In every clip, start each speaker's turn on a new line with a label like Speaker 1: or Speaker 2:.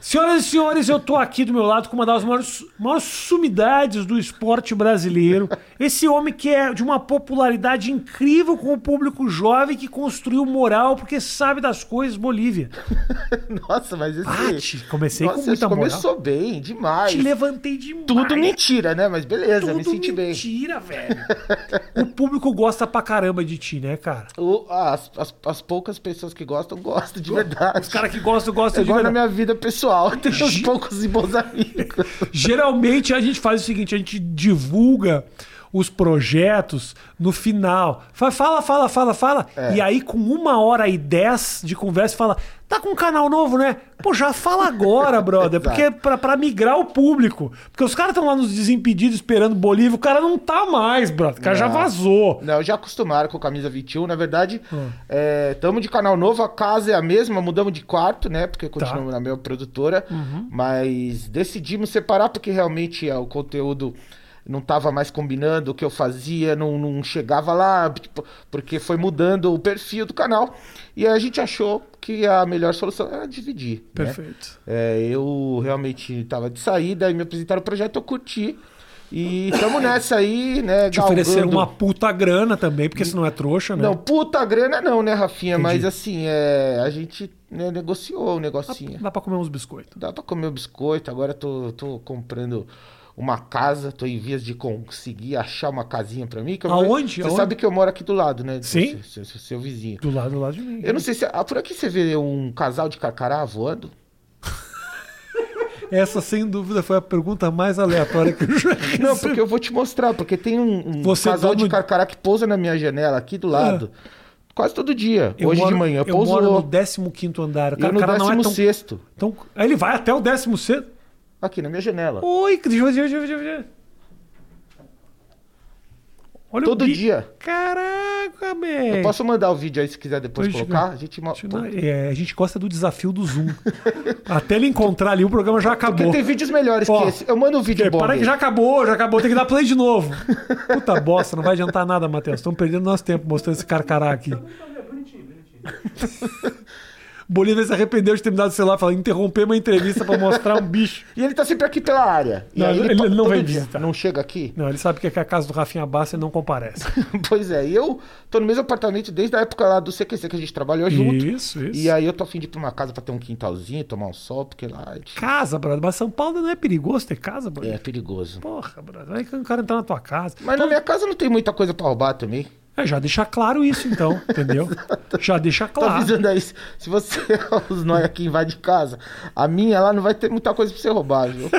Speaker 1: Senhoras e senhores, eu tô aqui do meu lado com uma das maiores, maiores sumidades do esporte brasileiro. Esse homem que é de uma popularidade incrível com o público jovem que construiu moral porque sabe das coisas, Bolívia.
Speaker 2: Nossa, mas esse.
Speaker 1: Bate! Comecei
Speaker 2: Nossa,
Speaker 1: com muita
Speaker 2: esse
Speaker 1: moral.
Speaker 2: começou bem, demais.
Speaker 1: Te levantei demais.
Speaker 2: Tudo mentira, né? Mas beleza, me
Speaker 1: Tudo
Speaker 2: senti bem.
Speaker 1: mentira, velho. O público gosta pra caramba de ti, né, cara?
Speaker 2: O- as, as- as poucas pessoas que gostam, gostam de verdade.
Speaker 1: Os caras que gostam, gostam
Speaker 2: Eu
Speaker 1: de
Speaker 2: gosto É na
Speaker 1: verdade.
Speaker 2: minha vida pessoal, tem uns
Speaker 1: Gi-
Speaker 2: poucos e bons amigos.
Speaker 1: Geralmente a gente faz o seguinte, a gente divulga os projetos no final. Fa- Fala, fala, fala, fala.
Speaker 2: É.
Speaker 1: E aí com uma hora e dez de conversa fala, tá com um canal novo, né? Pô, já fala agora, brother.
Speaker 2: Exato.
Speaker 1: porque é pra, pra migrar o público. Porque os caras estão lá nos desimpedidos esperando Bolívia. O cara não tá mais, brother. O cara já
Speaker 2: Não. Né?
Speaker 1: vazou.
Speaker 2: Não, já acostumaram com camisa 21. Na verdade,
Speaker 1: Hum.
Speaker 2: estamos de canal novo, a casa é a mesma, mudamos de quarto, né? Porque
Speaker 1: Tá.
Speaker 2: continuamos na mesma produtora.
Speaker 1: Uhum.
Speaker 2: Mas decidimos separar porque realmente é, o conteúdo não estava mais combinando o que eu fazia, não, não chegava lá, tipo, porque foi mudando o perfil do canal. E a gente achou que a melhor solução era dividir. né?
Speaker 1: Perfeito.
Speaker 2: É, eu realmente estava de saída e me apresentaram o projeto, eu curti. E estamos nessa aí, né?
Speaker 1: Te ofereceram
Speaker 2: galgando-
Speaker 1: uma puta grana também, porque senão é trouxa, né?
Speaker 2: não, puta grana não, né, Rafinha?
Speaker 1: Entendi.
Speaker 2: Mas assim, é, a gente né, negociou o negocinho.
Speaker 1: Dá pra comer uns biscoitos.
Speaker 2: Dá pra comer o biscoito, agora tô, tô comprando uma casa, tô em vias de conseguir achar uma casinha pra mim. que eu moro-
Speaker 1: Aonde?
Speaker 2: Você
Speaker 1: Aonde?
Speaker 2: sabe que eu moro aqui do lado, né? do
Speaker 1: Sim.
Speaker 2: Seu, seu- seu vizinho.
Speaker 1: Do lado, do lado de mim.
Speaker 2: Eu não sei se... ah, Por aqui você vê um casal de carcará voando?
Speaker 1: Essa, sem dúvida, foi a pergunta mais aleatória que eu já
Speaker 2: Não,
Speaker 1: recebi.
Speaker 2: porque eu vou te mostrar, porque tem um, um
Speaker 1: Você tá
Speaker 2: casal
Speaker 1: dono-
Speaker 2: de carcará que pousa na minha janela aqui do lado. Quase todo dia.
Speaker 1: Eu
Speaker 2: Hoje
Speaker 1: moro-
Speaker 2: de manhã.
Speaker 1: Eu moro no
Speaker 2: Pousou.
Speaker 1: 15 andar. O
Speaker 2: E
Speaker 1: cara,
Speaker 2: no
Speaker 1: cara não é tão,
Speaker 2: 16
Speaker 1: tão. Aí ele vai até o 16.
Speaker 2: Aqui na minha janela.
Speaker 1: Oi, deixa eu ver, deixa eu ver, deixa eu ver. Olha
Speaker 2: Todo
Speaker 1: bi-
Speaker 2: dia.
Speaker 1: Caraca, velho.
Speaker 2: Eu posso mandar o vídeo aí se quiser depois
Speaker 1: Deixa eu
Speaker 2: colocar?
Speaker 1: É. ver.
Speaker 2: A gente mo-
Speaker 1: Deixa eu dar- é, a gente gosta do desafio do Zoom. Até ele encontrar ali, o programa já acabou.
Speaker 2: Porque tem vídeos melhores
Speaker 1: Ó, é,
Speaker 2: que esse. Eu mando um vídeo bom.
Speaker 1: Para que
Speaker 2: dele.
Speaker 1: já acabou, já acabou, tem que dar play de novo. Puta bosta, não vai adiantar nada, Matheus. Estamos perdendo nosso tempo mostrando esse carcará aqui. Bolívia se arrependeu de ter me dado o celular, falando interromper uma entrevista pra mostrar um bicho.
Speaker 2: E ele tá sempre aqui pela área. E
Speaker 1: Não,
Speaker 2: aí
Speaker 1: ele
Speaker 2: pa-
Speaker 1: não
Speaker 2: todo
Speaker 1: vem
Speaker 2: dia.
Speaker 1: visitar.
Speaker 2: Não chega aqui?
Speaker 1: Não, ele sabe que aqui é a casa do Rafinha Bassa e não comparece.
Speaker 2: pois é. E eu tô no mesmo apartamento desde a época lá do CQC que a gente trabalhou junto.
Speaker 1: Isso, isso.
Speaker 2: E aí eu tô afim de ir pra uma casa pra ter um quintalzinho, tomar um sol, porque lá
Speaker 1: Casa, brother. Mas São Paulo não é perigoso ter casa, brother?
Speaker 2: é perigoso.
Speaker 1: Porra, brother. Aí que o cara entrar na tua casa.
Speaker 2: Mas na minha casa não tem muita coisa pra roubar também.
Speaker 1: É, já deixa claro isso, então, entendeu? já deixa
Speaker 2: Tô
Speaker 1: claro.
Speaker 2: avisando aí, se se você é os nós aqui vai de casa, a minha lá não vai ter muita coisa pra você roubar, viu?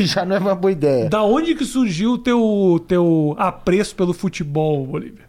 Speaker 2: Já não é uma boa ideia.
Speaker 1: Da onde que surgiu o teu, teu apreço pelo futebol, Bolívia?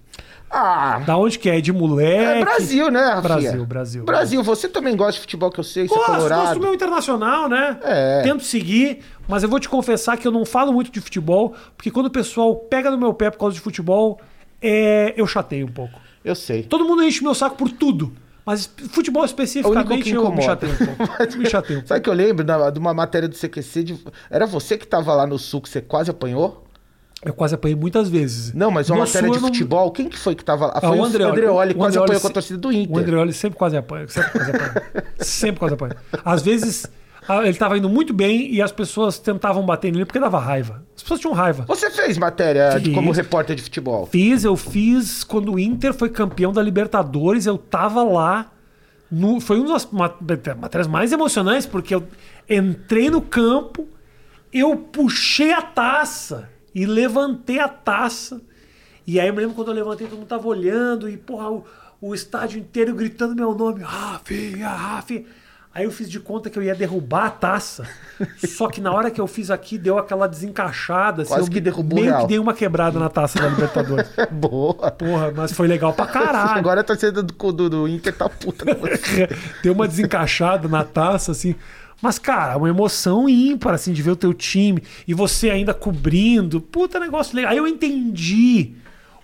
Speaker 2: Ah,
Speaker 1: Da onde que é? De moleque?
Speaker 2: É Brasil, né, Rafinha?
Speaker 1: Brasil, Brasil.
Speaker 2: Brasil, você também gosta de futebol que eu sei, você é
Speaker 1: Gosto, gosto
Speaker 2: colorado.
Speaker 1: do meu internacional, né?
Speaker 2: É.
Speaker 1: Tento seguir, mas eu vou te confessar que eu não falo muito de futebol, porque quando o pessoal pega no meu pé por causa de futebol, é, eu chateio um pouco.
Speaker 2: Eu sei.
Speaker 1: Todo mundo enche meu saco por tudo, mas
Speaker 2: É
Speaker 1: futebol especificamente eu me
Speaker 2: incomoda.
Speaker 1: chateio um pouco. me chateio um pouco.
Speaker 2: Sabe que eu lembro da- de uma matéria do CQC? de- Era você que tava lá no Sul que você quase apanhou?
Speaker 1: Eu quase apanhei muitas vezes.
Speaker 2: Não, mas uma
Speaker 1: No
Speaker 2: matéria
Speaker 1: Sul
Speaker 2: de
Speaker 1: eu não-
Speaker 2: futebol, quem que foi que tava lá?
Speaker 1: Ah,
Speaker 2: Foi
Speaker 1: o Andreoli.
Speaker 2: Andreoli,
Speaker 1: O Andreoli
Speaker 2: quase apanhou com
Speaker 1: se-
Speaker 2: a torcida do
Speaker 1: O
Speaker 2: Inter.
Speaker 1: Andreoli sempre quase apanha, sempre quase apanha. sempre quase apanha. Às vezes, ah, ele estava indo muito bem e as pessoas tentavam bater nele porque dava raiva. As pessoas tinham raiva.
Speaker 2: Você fez matéria de-
Speaker 1: Fiz.
Speaker 2: como repórter de futebol?
Speaker 1: Fiz, eu fiz quando o Inter foi campeão da Libertadores, eu tava lá. no- foi uma das ma- matérias mais emocionantes, porque eu entrei no campo, eu puxei a taça e levantei a taça. E aí eu me lembro quando eu levantei, todo mundo tava olhando e, porra, o, o estádio inteiro gritando meu nome, Rafinha, Rafinha. Aí eu fiz de conta que eu ia derrubar a taça. Só que na hora que eu fiz aqui, deu aquela desencaixada. assim,
Speaker 2: Quase
Speaker 1: eu
Speaker 2: que derrubou
Speaker 1: meio
Speaker 2: real.
Speaker 1: que dei uma quebrada na taça da Libertadores.
Speaker 2: É Boa.
Speaker 1: Porra, mas foi legal pra caralho.
Speaker 2: Agora a torcida do, do- do Inter tá puta. com você.
Speaker 1: Deu uma desencaixada na taça, assim. Mas, cara, uma emoção ímpar, assim, de ver o teu time e você ainda cobrindo. Puta negócio legal. Aí eu entendi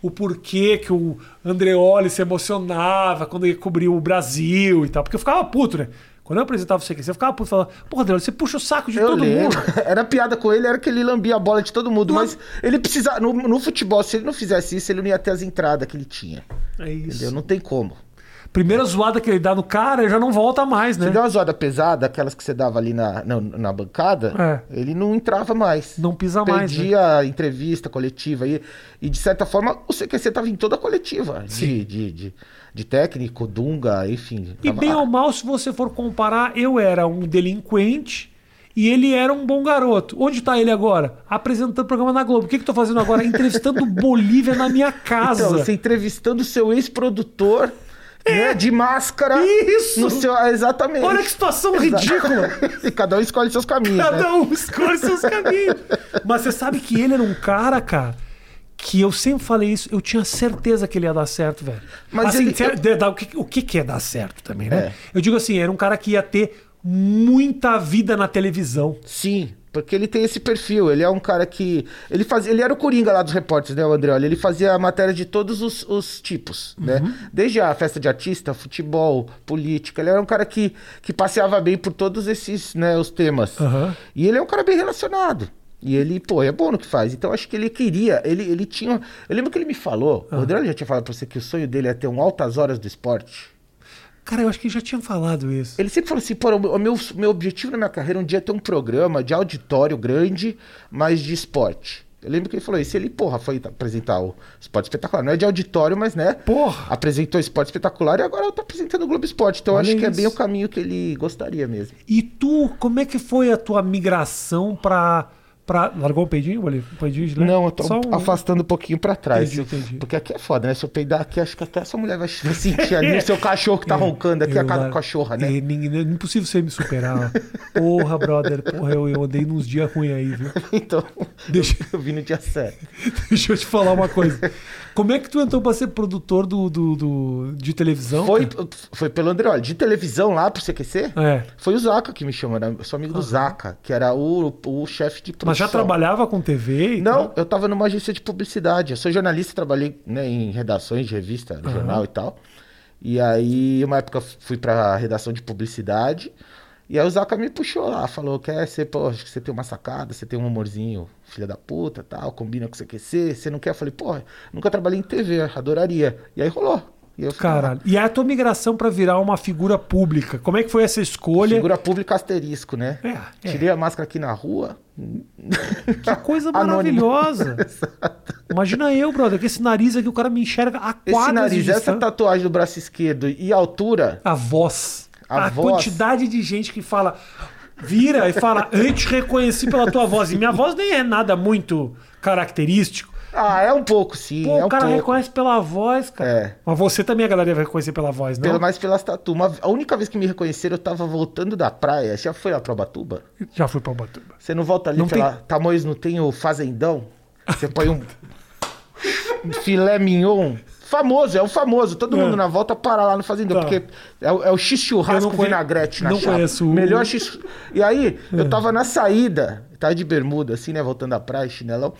Speaker 1: o porquê que o Andreoli se emocionava quando ele cobriu o Brasil e tal. Porque eu ficava puto, né? Quando eu apresentava o CQC, eu ficava puto, falava, porra, Andreoli, você puxa o saco de
Speaker 2: Eu
Speaker 1: todo
Speaker 2: lembro.
Speaker 1: mundo.
Speaker 2: Era piada com ele, era que ele lambia a bola de todo mundo. Mas ele precisava. No, no futebol, se ele não fizesse isso, ele não ia ter as entradas que ele tinha.
Speaker 1: É isso.
Speaker 2: Entendeu? Não tem como.
Speaker 1: primeira zoada que ele dá no cara, ele já não volta mais, né?
Speaker 2: Você deu uma zoada pesada, aquelas que você dava ali na, na, na bancada,
Speaker 1: É.
Speaker 2: ele não entrava mais.
Speaker 1: Não pisa
Speaker 2: Perdia
Speaker 1: mais, né?
Speaker 2: a entrevista coletiva. E, e, de certa forma, o CQC estava em toda a coletiva. De, de, de, de técnico, Dunga, enfim.
Speaker 1: E
Speaker 2: tava Então,
Speaker 1: bem
Speaker 2: lá.
Speaker 1: ou mal, se você for comparar, eu era um delinquente e ele era um bom garoto. Onde tá ele agora? Apresentando programa na Globo. O que que eu tô fazendo agora? Entrevistando Bolívia na minha casa.
Speaker 2: Então, você entrevistando o seu ex-produtor, né, de máscara.
Speaker 1: É. Isso!
Speaker 2: no seu- ah, exatamente.
Speaker 1: Olha que situação ridícula.
Speaker 2: e cada um escolhe seus caminhos, né?
Speaker 1: Cada um escolhe seus caminhos. Mas você sabe que ele era um cara, cara, que eu sempre falei isso, eu tinha certeza que ele ia dar certo, velho.
Speaker 2: Mas
Speaker 1: Assim,
Speaker 2: ele-
Speaker 1: cer- de- da- o, que, o que que é dar certo também, né?
Speaker 2: É.
Speaker 1: Eu digo assim, era um cara que ia ter muita vida na televisão.
Speaker 2: Sim, porque ele tem esse perfil. Ele é um cara que. Ele fazia, ele era o Coringa lá dos repórteres, né, o André? Olha, Ele fazia matéria de todos os, os tipos,
Speaker 1: Uhum.
Speaker 2: né? Desde a festa de artista, futebol, política. Ele era um cara que, que passeava bem por todos esses né, os temas.
Speaker 1: Aham.
Speaker 2: E ele é um cara bem relacionado. E ele, pô, é bom no que faz. Então acho que ele queria, ele, ele tinha. Eu lembro que ele me falou,
Speaker 1: Ah.
Speaker 2: o André já tinha falado pra você que o sonho dele é ter um altas horas do esporte.
Speaker 1: Cara, eu acho que já tinha falado isso.
Speaker 2: Ele sempre falou assim, pô, o meu, meu objetivo na minha carreira um dia é ter um programa de auditório grande, mas de esporte. Eu lembro que ele falou isso. Ele, porra, foi apresentar o Esporte Espetacular. Não é de auditório, mas, né?
Speaker 1: Porra!
Speaker 2: Apresentou Esporte Espetacular e agora tá apresentando o Globo Esporte. Então,
Speaker 1: Olha
Speaker 2: acho que é bem
Speaker 1: isso.
Speaker 2: o caminho que ele gostaria mesmo.
Speaker 1: E tu, como é que foi a tua migração pra... pra... Largou o peidinho, Bolívia? O peidinho de leve?
Speaker 2: Não, eu tô
Speaker 1: Só um-
Speaker 2: afastando um pouquinho pra trás.
Speaker 1: Entendi, entendi.
Speaker 2: Porque aqui é foda, né? Se eu peidar aqui, acho que até a sua mulher vai sentir ali o seu cachorro que tá roncando aqui, a
Speaker 1: É, Eu
Speaker 2: cara
Speaker 1: lá-
Speaker 2: do cachorro, né?
Speaker 1: É, ninguém- é impossível você me superar. ó. Porra, brother. Porra, eu, eu andei nos dias ruins aí, viu?
Speaker 2: Então,
Speaker 1: Deixa,
Speaker 2: eu vim no dia certo.
Speaker 1: deixa eu te falar uma coisa. Como é que tu entrou pra ser produtor do, do, do- de televisão?
Speaker 2: Foi, foi pelo Andreoli. De televisão lá pro CQC?
Speaker 1: É. Ah.
Speaker 2: Foi o Zaca que me chamou, né? Eu sou amigo do Zaca, que era o, o chefe de produção.
Speaker 1: Mas já então? trabalhava com TV? e
Speaker 2: Não,
Speaker 1: tal?
Speaker 2: eu tava numa agência de publicidade. Eu sou jornalista, trabalhei né, em redações de revista, no jornal e tal. E aí, uma época, eu fui pra redação de publicidade. E aí o Zaca me puxou lá, falou, quer ser, pô, acho que você tem uma sacada, você tem um humorzinho, filha da puta, tal, combina com o CQC, você não quer? Eu falei, pô, nunca trabalhei em TV, adoraria. E aí rolou. E eu fiquei lá.
Speaker 1: Caralho. E aí a tua migração pra virar uma figura pública? Como é que foi essa escolha?
Speaker 2: Figura pública asterisco, né?
Speaker 1: É, é.
Speaker 2: Tirei a máscara aqui na rua.
Speaker 1: Que coisa
Speaker 2: Anônimo.
Speaker 1: maravilhosa. Imagina eu, brother, que esse nariz aqui o cara me enxerga a
Speaker 2: Esse
Speaker 1: quadra
Speaker 2: nariz, essa tá- tatuagem do braço esquerdo e a altura.
Speaker 1: A voz. A,
Speaker 2: A voz.
Speaker 1: quantidade de gente que fala. Vira e fala, eu te reconheci pela tua voz. E minha voz nem é nada muito característico.
Speaker 2: Ah, é um pouco, sim.
Speaker 1: Pô,
Speaker 2: é um
Speaker 1: o cara
Speaker 2: pouco.
Speaker 1: reconhece pela voz, cara.
Speaker 2: É.
Speaker 1: Mas você também, a galera vai reconhecer pela voz, não?
Speaker 2: Pelo mais pelas tatu. Uma- a única vez que me reconheceram, eu tava voltando da praia. Você já foi lá pra Ubatuba?
Speaker 1: Já fui pra Ubatuba.
Speaker 2: Você não volta ali
Speaker 1: Não
Speaker 2: pela Tamoios não tem o fazendão? Você põe um um filé mignon. Famoso, é o famoso. Todo mundo na volta para lá no fazendão.
Speaker 1: Tá.
Speaker 2: Porque é, o- é o
Speaker 1: Eu não
Speaker 2: x-churrasco
Speaker 1: conhe-
Speaker 2: vinagrete na
Speaker 1: não
Speaker 2: chapa.
Speaker 1: conheço o- É.
Speaker 2: Melhor x E aí, eu tava na saída, tava de bermuda, assim, né? Voltando da praia, chinelão.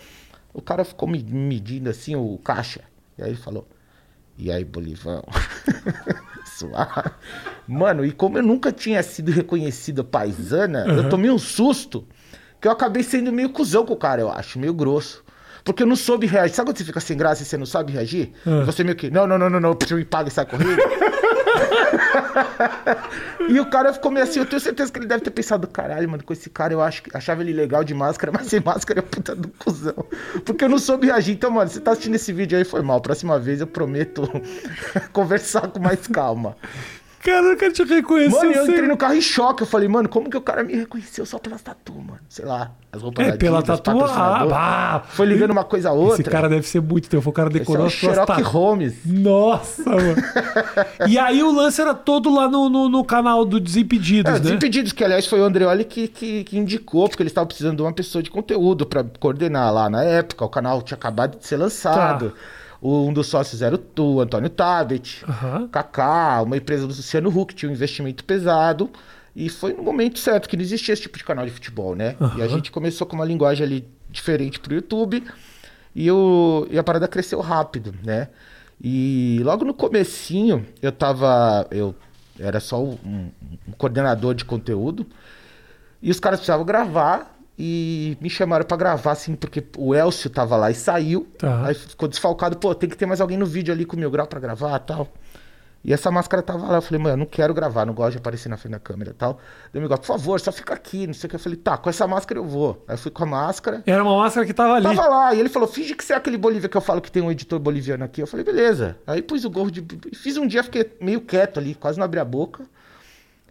Speaker 2: O cara ficou me medindo, assim, o caixa. E aí ele falou... E aí, Bolivão? Suave. Mano, e como eu nunca tinha sido reconhecido paisana, eu tomei um susto que eu acabei sendo meio cuzão com o cara, eu acho, meio grosso. Porque eu não soube reagir. Sabe quando você fica sem graça e você não sabe reagir? E Você meio que, não, não, não, não, não, você me paga e sai correndo. e o cara ficou meio assim, eu tenho certeza que ele deve ter pensado, caralho, mano, com esse cara eu acho, que- achava ele legal de máscara, mas sem máscara é puta do cuzão. Porque eu não soube reagir. Então, mano, você tá assistindo esse vídeo aí, foi mal. Próxima vez eu prometo conversar com mais calma.
Speaker 1: Cara, o cara te reconheceu.
Speaker 2: Mano, eu
Speaker 1: você-
Speaker 2: entrei no carro em choque. Eu falei, mano, como que o cara me reconheceu só pelas tatu, mano? Sei lá, as roupas
Speaker 1: É,
Speaker 2: da
Speaker 1: pela
Speaker 2: Adidas,
Speaker 1: tatu. Ah,
Speaker 2: patrocinador.
Speaker 1: bah.
Speaker 2: Foi ligando uma coisa a outra.
Speaker 1: Esse cara deve ser muito teu. O cara
Speaker 2: Esse é
Speaker 1: decorou
Speaker 2: o
Speaker 1: as tuas
Speaker 2: Sherlock
Speaker 1: tatu-
Speaker 2: Holmes.
Speaker 1: Nossa, mano. e aí o lance era todo lá no, no, no canal do Desimpedidos,
Speaker 2: É,
Speaker 1: né?
Speaker 2: Desimpedidos, que aliás foi o Andreoli que, que, que indicou, porque eles estavam precisando de uma pessoa de conteúdo pra coordenar lá na época. O canal tinha acabado de ser lançado.
Speaker 1: Tá.
Speaker 2: O- Um dos sócios era o, Tu, o Antônio Tabet,
Speaker 1: Aham.
Speaker 2: Kaká, uma empresa do Luciano Huck, tinha um investimento pesado. E foi no momento certo, que não existia esse tipo de canal de futebol, né? E a gente começou com uma linguagem ali diferente pro YouTube. E, o, e a parada cresceu rápido, né? E logo no comecinho, eu tava... Eu era só um- um- um coordenador de conteúdo. E os caras precisavam gravar e me chamaram pra gravar, assim, porque o Elcio tava lá e saiu.
Speaker 1: Tá.
Speaker 2: Aí ficou desfalcado, pô, tem que ter mais alguém no vídeo ali com o meu grau pra gravar e tal. E essa máscara tava lá. Eu falei, mano, eu não quero gravar, não gosto de aparecer na frente da câmera e tal. Daí o Miguel, por favor, só fica aqui, não sei o que. Eu falei, tá, com essa máscara eu vou. Aí eu fui com a máscara.
Speaker 1: Era uma máscara que tava ali.
Speaker 2: Tava lá. E ele falou, finge que você é aquele Bolívia que eu falo que tem um editor boliviano aqui. Eu falei, beleza. Aí pus o gorro de. Fiz um dia, fiquei meio quieto ali, quase não abri a boca.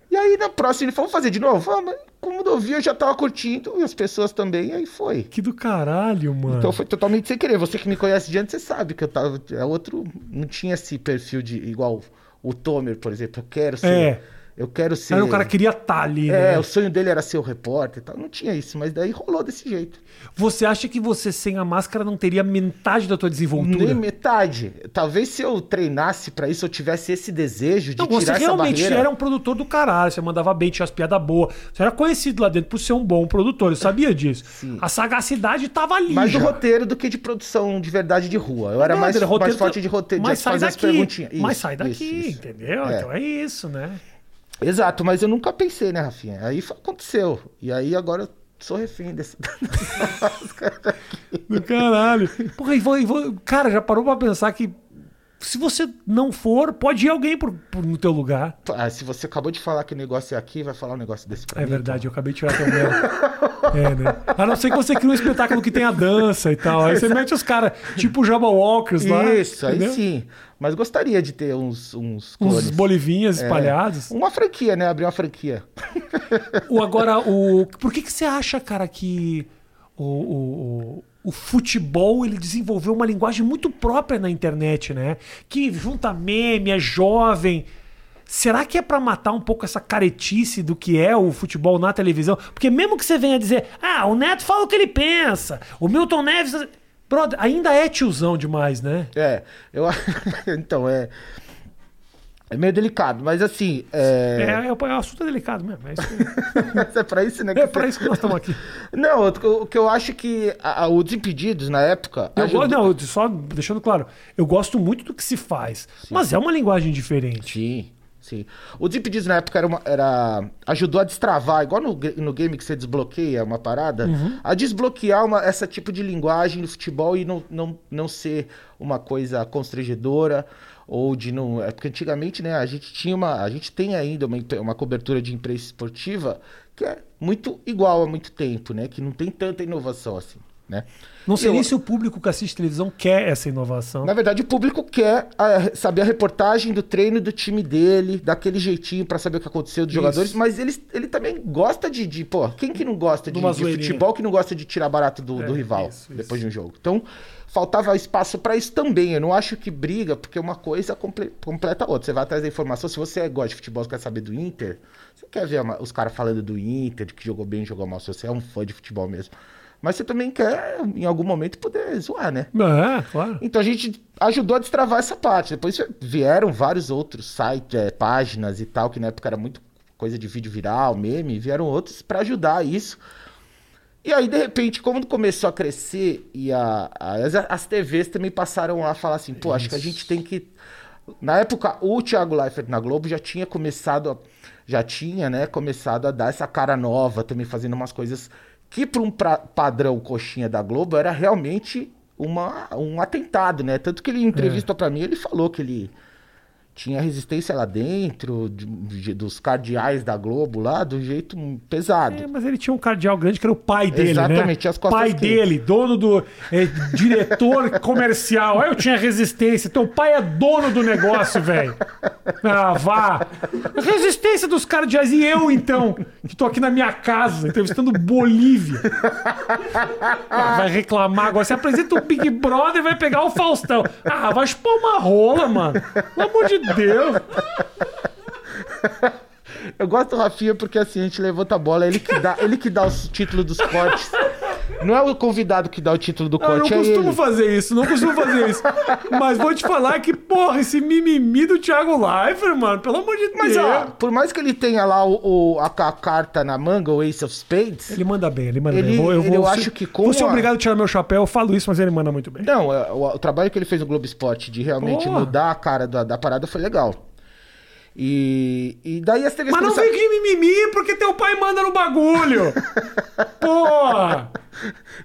Speaker 2: E aí na próxima ele falou, vamos fazer de novo? Vamos. Como eu vi, eu já tava curtindo e as pessoas também, e aí foi.
Speaker 1: Que do caralho, mano.
Speaker 2: Então foi totalmente sem querer. Você que me conhece de antes, você sabe que eu tava. É outro. Não tinha esse perfil de igual o Tomer, por exemplo. Eu quero ser.
Speaker 1: É.
Speaker 2: Eu quero ser.
Speaker 1: Era um cara que queria estar ali,
Speaker 2: É,
Speaker 1: né?
Speaker 2: o sonho dele era ser o repórter e tal. Não tinha isso, mas daí rolou desse jeito.
Speaker 1: Você acha que você sem a máscara não teria metade da tua desenvoltura?
Speaker 2: Nem metade. Talvez se eu treinasse pra isso, eu tivesse esse desejo de
Speaker 1: Não,
Speaker 2: tirar
Speaker 1: Então, você
Speaker 2: essa
Speaker 1: realmente
Speaker 2: barreira.
Speaker 1: era um produtor do caralho. Você mandava bem, tinha as piadas boas. Você era conhecido lá dentro por ser um bom produtor. Eu sabia disso. A sagacidade tava ali.
Speaker 2: Mais
Speaker 1: já.
Speaker 2: do roteiro do que de produção de verdade de rua. Eu era
Speaker 1: Não,
Speaker 2: mais,
Speaker 1: André, roteiro
Speaker 2: mais
Speaker 1: tu-
Speaker 2: forte de roteiro,
Speaker 1: Mas
Speaker 2: de
Speaker 1: sai
Speaker 2: fazer as
Speaker 1: daqui.
Speaker 2: perguntinhas.
Speaker 1: Mas
Speaker 2: Isso,
Speaker 1: sai
Speaker 2: isso,
Speaker 1: daqui,
Speaker 2: isso.
Speaker 1: entendeu?
Speaker 2: É.
Speaker 1: Então é isso, né?
Speaker 2: Exato, mas eu nunca pensei, né, Rafinha? Aí foi- aconteceu. E aí agora eu sou refém desse...
Speaker 1: Do caralho. Porra, e vou, e vou- cara, já parou pra pensar que se você não for, pode ir alguém pro- pro- no teu lugar.
Speaker 2: Ah, se você acabou de falar que o negócio é aqui, vai falar um negócio desse pra
Speaker 1: É
Speaker 2: mim.
Speaker 1: verdade, eu acabei de tirar teu mel. É, né? A não ser que você crie um espetáculo que tenha dança e tal. Aí você mete os caras, tipo o Jabba Walkers lá.
Speaker 2: Isso, aí
Speaker 1: entendeu?
Speaker 2: sim. Mas gostaria de ter uns, uns
Speaker 1: Uns
Speaker 2: clones.
Speaker 1: bolivinhas
Speaker 2: É.
Speaker 1: espalhados.
Speaker 2: Uma franquia, né? Abrir uma franquia.
Speaker 1: O, agora, o. Por que, que você acha, cara, que o, o, o, o futebol ele desenvolveu uma linguagem muito própria na internet, né? Que junta meme, é jovem. Será que é pra matar um pouco essa caretice do que é o futebol na televisão? Porque mesmo que você venha dizer, ah, o Neto fala o que ele pensa, o Milton Neves. Brother, ainda é tiozão demais, né?
Speaker 2: É, eu... então, é... É meio delicado, mas assim...
Speaker 1: É,
Speaker 2: É,
Speaker 1: é, o assunto é delicado mesmo. É, isso,
Speaker 2: é pra isso, né? que
Speaker 1: é
Speaker 2: você-
Speaker 1: pra isso que nós estamos aqui.
Speaker 2: Não, o que eu- o que eu acho que a, a- o Desimpedidos, na época...
Speaker 1: Eu
Speaker 2: ajudou-
Speaker 1: gosto, não, eu- só deixando claro, eu gosto muito do que se faz, mas é uma linguagem diferente.
Speaker 2: Sim, sim. O Desimpedidos, na época, era, uma- era- ajudou a destravar, igual no, gra- no game que você desbloqueia uma parada,
Speaker 1: Uhum.
Speaker 2: a desbloquear uma, essa tipo de linguagem do futebol e não, não, não ser uma coisa constrangedora ou de não... É porque antigamente, né, a gente tinha uma... A gente tem ainda uma, impre- uma cobertura de imprensa esportiva que é muito igual há muito tempo, né? Que não tem tanta inovação assim, né?
Speaker 1: Não sei
Speaker 2: Eu-
Speaker 1: nem se o público que assiste televisão quer essa inovação.
Speaker 2: na verdade, o público quer ah, saber a reportagem do treino do time dele, daquele jeitinho pra saber o que aconteceu dos
Speaker 1: Isso.
Speaker 2: jogadores, mas ele, ele também gosta de, de- Pô, quem que não gosta de,
Speaker 1: Numa
Speaker 2: de
Speaker 1: zoeirinha.
Speaker 2: futebol que não gosta de tirar barato do, do rival
Speaker 1: É, isso,
Speaker 2: depois de um jogo? Então, faltava espaço pra isso também. Eu não acho que briga, porque uma coisa comple- completa a outra. Você vai atrás da informação. Se você é, gosta de futebol, você quer saber do Inter, você quer ver uma- os caras falando do Inter, de que jogou bem, jogou mal, se você é um fã de futebol mesmo. Mas você também quer, em algum momento, poder zoar, né?
Speaker 1: É, claro.
Speaker 2: Então a gente ajudou a destravar essa parte. Depois vieram vários outros sites, eh, páginas e tal, que na época era muito coisa de vídeo viral, meme, vieram outros pra ajudar isso. E aí, de repente, quando começou a crescer, e a- a- as, as TVs também passaram a falar assim, pô, acho que a gente tem que. Na época, o Thiago Leifert na Globo já tinha começado a, já tinha, né, começado a dar essa cara nova, também fazendo umas coisas que para um pra- padrão coxinha da Globo era realmente uma, um atentado, né? Tanto que ele em entrevista pra mim, ele falou que ele tinha resistência lá dentro de- de- dos cardeais da Globo lá, do jeito pesado.
Speaker 1: É, mas ele tinha um cardeal grande que era o pai dele,
Speaker 2: Exatamente,
Speaker 1: né?
Speaker 2: tinha as costas
Speaker 1: pai
Speaker 2: quentes.
Speaker 1: dele, dono do... é, diretor comercial. Aí eu tinha resistência. Teu pai é dono do negócio, velho. Ah, vá. Resistência dos cardeais. E eu, então, que tô aqui na minha casa, entrevistando Bolívia. Ah, vai reclamar agora. Você apresenta o Big Brother e vai pegar o Faustão. Ah, vai expor uma rola, mano. Pelo amor de Deus.
Speaker 2: Eu gosto do Rafinha porque assim, a gente levanta a bola, ele que dá, ele que dá os títulos dos cortes. Não é o convidado que dá o título do
Speaker 1: Eu não
Speaker 2: corte, é
Speaker 1: costumo
Speaker 2: ele.
Speaker 1: fazer isso, não costumo fazer isso. Mas vou te falar que, porra, esse mimimi do Thiago Leifert, mano, pelo amor de
Speaker 2: Mas ah,
Speaker 1: Deus.
Speaker 2: ó, É. por mais que ele tenha lá o, o- a, ca- carta na manga, o Ace of Spades,
Speaker 1: Ele manda bem, ele manda
Speaker 2: Ele-
Speaker 1: bem. Eu, vou- eu
Speaker 2: ele-
Speaker 1: vou
Speaker 2: eu
Speaker 1: ser-
Speaker 2: acho que com
Speaker 1: Vou ser
Speaker 2: a-
Speaker 1: obrigado a tirar meu chapéu, eu falo isso, mas ele manda muito bem.
Speaker 2: Não, é, o, o trabalho que ele fez no Globo Esporte de realmente
Speaker 1: Porra.
Speaker 2: mudar a cara da, da parada foi legal. E, e daí as TVs
Speaker 1: Mas não
Speaker 2: começaram-
Speaker 1: vem de mimimi porque teu pai manda no bagulho. porra!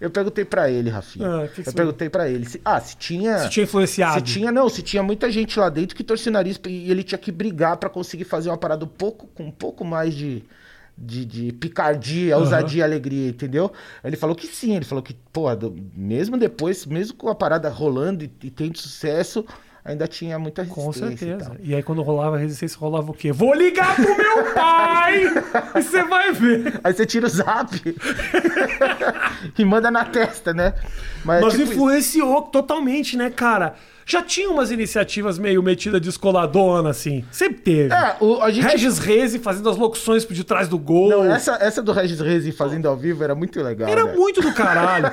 Speaker 2: Eu perguntei pra ele, Rafinha.
Speaker 1: Ah, que que
Speaker 2: eu
Speaker 1: você-
Speaker 2: perguntei pra ele. se- ah, se tinha.
Speaker 1: Se tinha influenciado.
Speaker 2: Se tinha, não, se tinha muita gente lá dentro que torcia o nariz e ele tinha que brigar pra conseguir fazer uma parada um pouco, com um pouco mais de, de, de picardia, ousadia e alegria, entendeu? Ele falou que sim, ele falou que, pô, do- mesmo depois, mesmo com a parada rolando e, e tendo sucesso, ainda tinha muita
Speaker 1: Com
Speaker 2: resistência. e
Speaker 1: certeza.
Speaker 2: tal.
Speaker 1: E aí, quando rolava a resistência, rolava o quê? Vou ligar pro meu pai! e você vai ver.
Speaker 2: Aí você tira o zap e manda na testa, né?
Speaker 1: Mas
Speaker 2: tipo,
Speaker 1: influenciou totalmente, né, cara? Já tinha umas iniciativas meio metida de escoladona, assim. Sempre teve.
Speaker 2: é, o- a gente
Speaker 1: Regis Reis fazendo as locuções por detrás do gol.
Speaker 2: Não, essa, essa do Regis Reis fazendo ao vivo era muito legal.
Speaker 1: Era
Speaker 2: né?
Speaker 1: muito do caralho.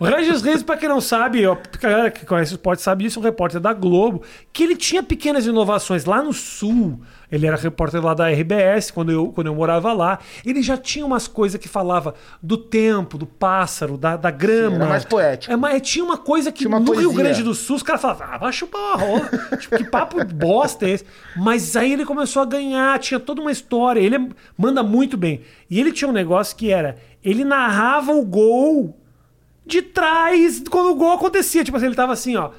Speaker 1: O Regis Reis, pra quem não sabe, ó, a galera que conhece o esporte sabe disso, é um repórter da Globo, que ele tinha pequenas inovações lá no Sul. Ele era repórter lá da RBS, quando eu, quando eu morava lá. Ele já tinha umas coisas que falava do tempo, do pássaro, da, da grama.
Speaker 2: era mais poético.
Speaker 1: É, mas tinha uma coisa que
Speaker 2: Tinha uma
Speaker 1: no Rio
Speaker 2: poesia.
Speaker 1: Grande do Sul os caras falavam, ah, vai chupar uma rola. tipo, que papo bosta é esse? Mas aí ele começou a ganhar, tinha toda uma história. Ele é- manda muito bem. E ele tinha um negócio que era, ele narrava o gol de trás quando o gol acontecia. Tipo assim, ele tava assim, ó.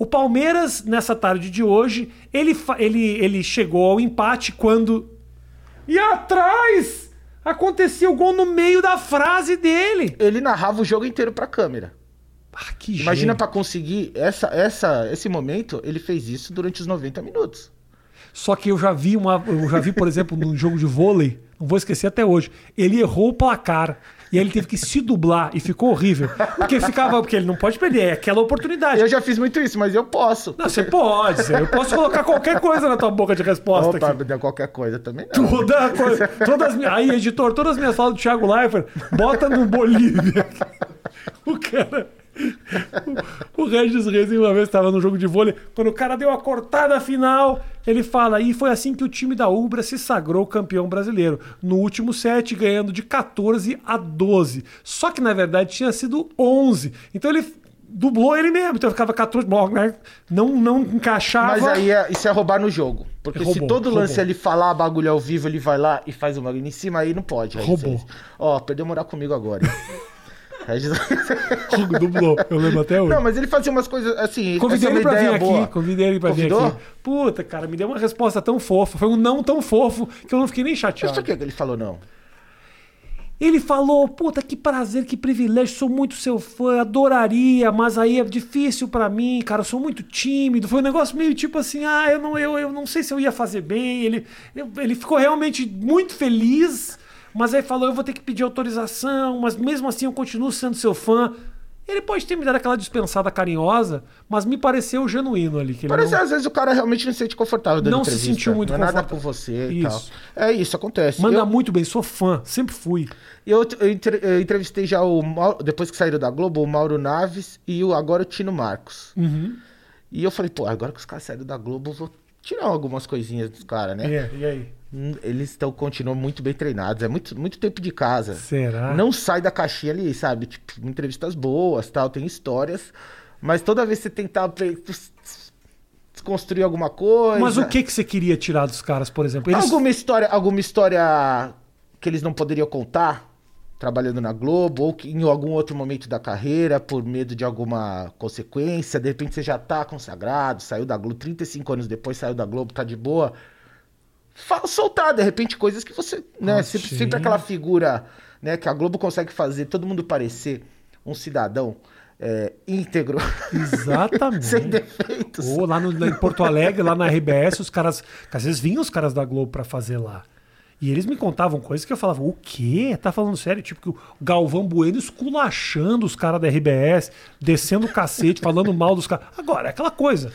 Speaker 1: O Palmeiras, nessa tarde de hoje, ele, fa- ele, ele chegou ao empate quando. E atrás! Acontecia o gol no meio da frase dele.
Speaker 2: Ele narrava o jogo inteiro pra câmera.
Speaker 1: Ah, que
Speaker 2: Imagina
Speaker 1: gênio.
Speaker 2: pra conseguir essa, essa, esse momento, ele fez isso durante os 90 minutos.
Speaker 1: Só que eu já vi uma, eu já vi, por exemplo, num jogo de vôlei, não vou esquecer até hoje. Ele errou o placar e aí ele teve que se dublar e ficou horrível, porque ficava, porque ele não pode perder, é aquela oportunidade.
Speaker 2: Eu já fiz muito isso, mas eu posso.
Speaker 1: Não, você pode, você- eu posso colocar qualquer coisa na tua boca de resposta
Speaker 2: Opa,
Speaker 1: aqui.
Speaker 2: deu qualquer coisa também não.
Speaker 1: Toda a coisa, todas as minhas, aí editor, todas as minhas falas do Thiago Leifert, bota no Bolívia. O cara O Regis Reis uma vez estava no jogo de vôlei, quando o cara deu a cortada final, ele fala, e foi assim que o time da Ubra se sagrou campeão brasileiro, no último set ganhando de 14 a 12. Só que na verdade tinha sido 11. Então ele dublou ele mesmo, então ficava 14, blá, né? não não encaixava.
Speaker 2: Mas aí é- isso é roubar no jogo. Porque se
Speaker 1: Roubou,
Speaker 2: todo lance
Speaker 1: roubou.
Speaker 2: ele falar bagulho ao vivo, ele vai lá e faz um bagulho em cima, aí não pode. Aí
Speaker 1: Roubou.
Speaker 2: você- Ó, perdeu moral comigo agora. Regis-
Speaker 1: dublou, eu lembro até hoje.
Speaker 2: Não, mas ele fazia umas coisas assim.
Speaker 1: Convidei
Speaker 2: essa é
Speaker 1: ele
Speaker 2: uma
Speaker 1: pra vir
Speaker 2: ideia
Speaker 1: aqui.
Speaker 2: boa.
Speaker 1: Convidei ele pra vir
Speaker 2: Convidou?
Speaker 1: aqui. Puta, cara, me deu uma resposta tão fofa. Foi um não tão fofo que eu não fiquei nem
Speaker 2: Mas por
Speaker 1: chateado.
Speaker 2: que que ele falou não?
Speaker 1: Ele falou: Puta, que prazer, que privilégio. Sou muito seu fã, adoraria, mas aí é difícil pra mim, cara. Eu sou muito tímido. Foi um negócio meio tipo assim: Ah, eu não, eu, eu não sei se eu ia fazer bem. Ele, eu- ele ficou realmente muito feliz, mas aí falou: Eu vou ter que pedir autorização, mas mesmo assim eu continuo sendo seu fã. Ele pode ter me dado aquela dispensada carinhosa, mas me pareceu genuíno ali. Que ele
Speaker 2: Parece
Speaker 1: não-
Speaker 2: que às vezes o cara realmente não se sente confortável dando
Speaker 1: Não se
Speaker 2: entrevista.
Speaker 1: sentiu muito
Speaker 2: não é nada
Speaker 1: confortável.
Speaker 2: com você e
Speaker 1: Isso.
Speaker 2: tal. É isso, acontece.
Speaker 1: Manda um-
Speaker 2: Eu-
Speaker 1: muito bem, sou fã, sempre fui.
Speaker 2: Eu, eu entre- eu entrevistei já o Mauro, depois que saíram da Globo, o Mauro Naves e o, agora o Tino Marcos. E eu falei, pô, agora que os caras saíram da Globo, eu vou tirar algumas coisinhas dos caras, né?
Speaker 1: É. e aí?
Speaker 2: Hum, Eles estão continuam muito bem treinados, é muito, muito tempo de casa.
Speaker 1: Será?
Speaker 2: Não sai da caixinha ali, sabe? Tipo, entrevistas boas, tal, tem histórias, mas toda vez que você tentar pe- desconstruir alguma coisa.
Speaker 1: Mas o que, que você queria tirar dos caras, por exemplo? Eles-
Speaker 2: Alguma história, alguma história que eles não poderiam contar trabalhando na Globo ou que em algum outro momento da carreira por medo de alguma consequência, de repente você já tá consagrado, saiu da Globo 35 anos depois, saiu da Globo, tá de boa. Fa- soltar de repente coisas que você, né,
Speaker 1: Ah,
Speaker 2: sempre,
Speaker 1: sim.
Speaker 2: sempre aquela figura, né, que a Globo consegue fazer todo mundo parecer um cidadão é, íntegro,
Speaker 1: Exatamente.
Speaker 2: sem defeitos.
Speaker 1: Ou lá no, lá em Porto Alegre, lá na RBS, os caras. que Às vezes vinham os caras da Globo pra fazer lá. E eles me contavam coisas que eu falava, o quê? Tá falando sério? Tipo, que o Galvão Bueno esculachando os caras da RBS, descendo o cacete, falando mal dos caras. Agora, é aquela coisa.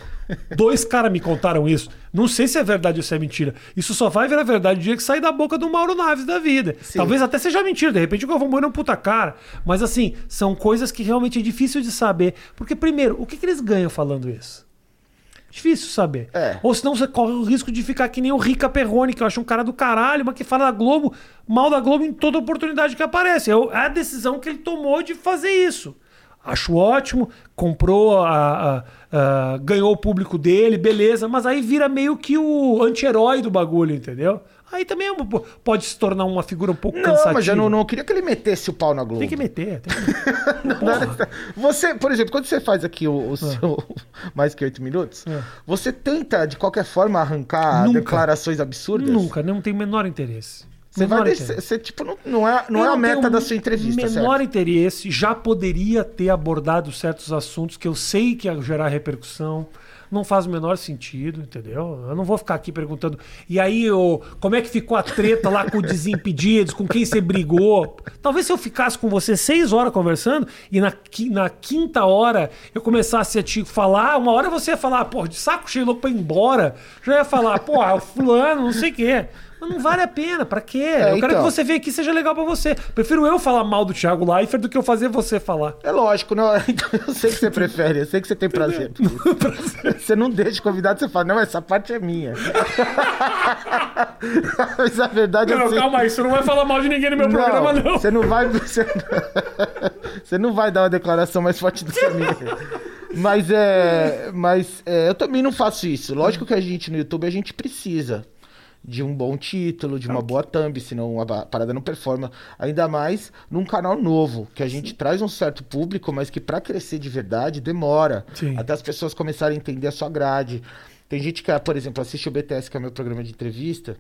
Speaker 1: Dois caras me contaram isso. Não sei se é verdade ou se é mentira. Isso só vai virar verdade o dia que sair da boca do Mauro Naves da vida. Talvez até seja mentira. De repente o Galvão Bueno é um puta cara. Mas assim, são coisas que realmente é difícil de saber. Porque, primeiro, o que que eles ganham falando isso? Difícil saber.
Speaker 2: É.
Speaker 1: Ou senão você corre o risco de ficar que nem o Rica Perrone, que eu acho um cara do caralho, mas que fala da Globo, mal da Globo em toda oportunidade que aparece. É o- é a decisão que ele tomou de fazer isso. acho ótimo, comprou, a, a, a, ganhou o público dele, beleza, mas aí vira meio que o anti-herói do bagulho, entendeu? Aí também é uma- pode se tornar uma figura um pouco
Speaker 2: Não,
Speaker 1: cansativa.
Speaker 2: mas eu não, não queria que ele metesse o pau na Globo.
Speaker 1: Tem que meter. Tem que...
Speaker 2: Nada- tá Você, por exemplo, quando você faz aqui o, o seu mais que oito minutos, você tenta, de qualquer forma, arrancar
Speaker 1: É. Nunca.
Speaker 2: declarações absurdas?
Speaker 1: Nunca, não tem o menor interesse.
Speaker 2: Você vai
Speaker 1: Menor
Speaker 2: descer,
Speaker 1: interesse.
Speaker 2: você, tipo, não, não é, não
Speaker 1: Eu
Speaker 2: é a
Speaker 1: não
Speaker 2: meta
Speaker 1: tenho
Speaker 2: da sua entrevista,
Speaker 1: menor
Speaker 2: certo?
Speaker 1: interesse, já poderia ter abordado certos assuntos que eu sei que ia gerar repercussão. Não faz o menor sentido, entendeu? Eu não vou ficar aqui perguntando. E aí, ô, como é que ficou a treta lá com o Desimpedidos? Com quem você brigou? Talvez se eu ficasse com você seis horas conversando e na, qui- na quinta hora eu começasse a te falar, uma hora você ia falar, pô, de saco cheio louco pra ir embora. Já ia falar, pô, o fulano, não sei o quê. Mas não vale a pena, pra quê? eu quero que
Speaker 2: então.
Speaker 1: você você vê aqui seja legal pra você. Prefiro eu falar mal do Thiago Leifert do que eu fazer você falar.
Speaker 2: É lógico, não, então eu sei que você prefere, eu sei que você tem prazer. por isso. você não deixa o convidado, você fala, não, essa parte é minha. Mas a verdade é
Speaker 1: Não,
Speaker 2: assim.
Speaker 1: calma aí, você não vai falar mal de ninguém no meu programa, não.
Speaker 2: Você não vai. Você, você não vai dar uma declaração mais forte do que a minha. Mas é. Mas é, eu também não faço isso. Lógico que a gente no YouTube a gente precisa de um bom título, de uma boa thumb, senão a ba- parada não performa. Ainda mais num canal novo, que a gente traz um certo público, mas que pra crescer de verdade demora.
Speaker 1: Sim.
Speaker 2: Até as pessoas começarem a entender a sua grade. Tem gente que, ah, por exemplo, assiste o BTS, que é o meu programa de entrevista,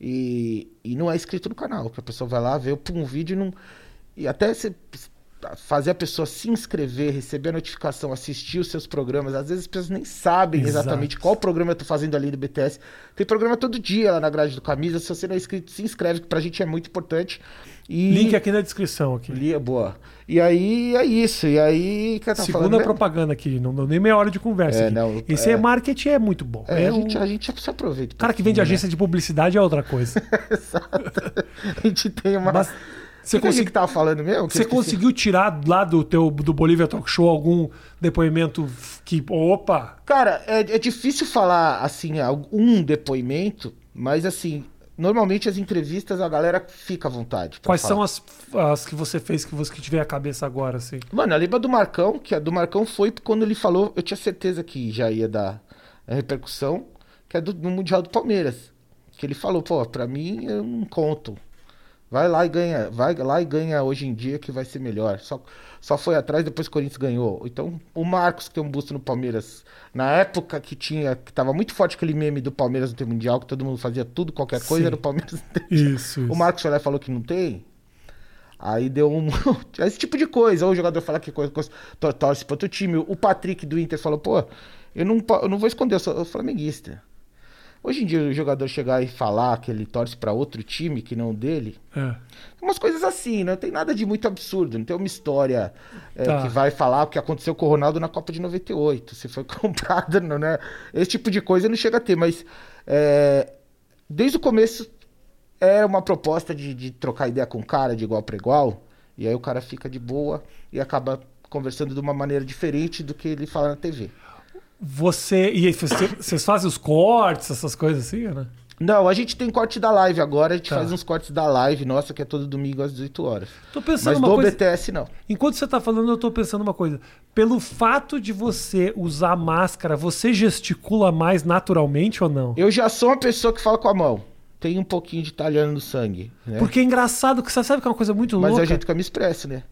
Speaker 2: e, e não é inscrito no canal, que a pessoa vai lá, vê um vídeo e não. E até você fazer a pessoa se inscrever, receber a notificação, assistir os seus programas. Às vezes as pessoas nem sabem
Speaker 1: Exato.
Speaker 2: exatamente qual programa eu tô fazendo ali do BTS. Tem programa todo dia lá na grade do Camisa. Se você não é inscrito, se inscreve, que pra gente é muito importante. E...
Speaker 1: Link é- aqui na descrição. aqui.
Speaker 2: Ali é boa. E aí é isso. E aí. o Que eu tava
Speaker 1: Segunda
Speaker 2: Tá falando, né?
Speaker 1: propaganda aqui, não deu nem meia hora de conversa.
Speaker 2: É,
Speaker 1: aqui.
Speaker 2: não,
Speaker 1: Esse
Speaker 2: é.
Speaker 1: é marketing é muito bom.
Speaker 2: É, né?
Speaker 1: É,
Speaker 2: a,
Speaker 1: o
Speaker 2: gente, a gente se aproveita.
Speaker 1: cara que vende agência de publicidade é outra coisa.
Speaker 2: A gente tem uma.
Speaker 1: Mas
Speaker 2: você
Speaker 1: você
Speaker 2: que consegui...
Speaker 1: consegui-
Speaker 2: que tava falando mesmo? Que
Speaker 1: Você
Speaker 2: eu esqueci.
Speaker 1: conseguiu tirar lá do teu do Bolívia Talk Show algum depoimento que opa,
Speaker 2: Cara, é, é difícil falar, assim, um depoimento, mas, assim, normalmente as entrevistas a galera fica à vontade. pra
Speaker 1: quais
Speaker 2: falar.
Speaker 1: são as, as que você fez que você que tiver a cabeça agora assim?
Speaker 2: Mano, a lembra do Marcão, que a do Marcão foi quando ele falou, eu tinha certeza que já ia dar a repercussão, que é do, no Mundial do Palmeiras. Que ele falou, pô, pra mim eu não conto. Vai lá e ganha, vai lá e ganha hoje em dia que vai ser melhor. Só, só foi atrás, depois o Corinthians ganhou. Então, o Marcos, que tem um busto no Palmeiras, na época que tinha, que tava muito forte aquele meme do Palmeiras não ter mundial, que todo mundo fazia tudo, qualquer coisa,
Speaker 1: Sim.
Speaker 2: era o Palmeiras não ter
Speaker 1: Isso.
Speaker 2: o Marcos Soler falou que não tem. Aí deu um. Esse tipo de coisa. Ou o jogador fala que coisa, coisa tor- torce pro outro time. O Patrick do Inter falou, pô, eu não, po- eu não vou esconder, eu sou flamenguista. Hoje em dia, o jogador chegar e falar que ele torce pra outro time que não o dele,
Speaker 1: É.
Speaker 2: umas coisas assim, não tem nada de muito absurdo, não tem uma história é,
Speaker 1: Tá.
Speaker 2: que vai falar o que aconteceu com o Ronaldo na Copa de 98, se foi comprado, não, né? Esse tipo de coisa não chega a ter, mas é, desde o começo era uma proposta de, de trocar ideia com o cara de igual para igual, e aí o cara fica de boa e acaba conversando de uma maneira diferente do que ele fala na TV.
Speaker 1: Você. E aí, você- vocês fazem os cortes, essas coisas assim, né?
Speaker 2: Não, a gente tem corte da live agora, a gente
Speaker 1: Tá.
Speaker 2: faz uns cortes da live, nossa, que é todo domingo às 18 horas.
Speaker 1: Tô pensando
Speaker 2: Mas é
Speaker 1: uma
Speaker 2: do
Speaker 1: coisa.
Speaker 2: BTS não.
Speaker 1: Enquanto você tá falando, eu tô pensando uma coisa. Pelo fato de você usar máscara, você gesticula mais naturalmente ou não?
Speaker 2: Eu já sou uma pessoa que fala com a mão. Tem um pouquinho de italiano no sangue, né?
Speaker 1: Porque é engraçado que você sabe que é uma coisa muito
Speaker 2: Mas
Speaker 1: louca.
Speaker 2: é o jeito que eu me expresso, né?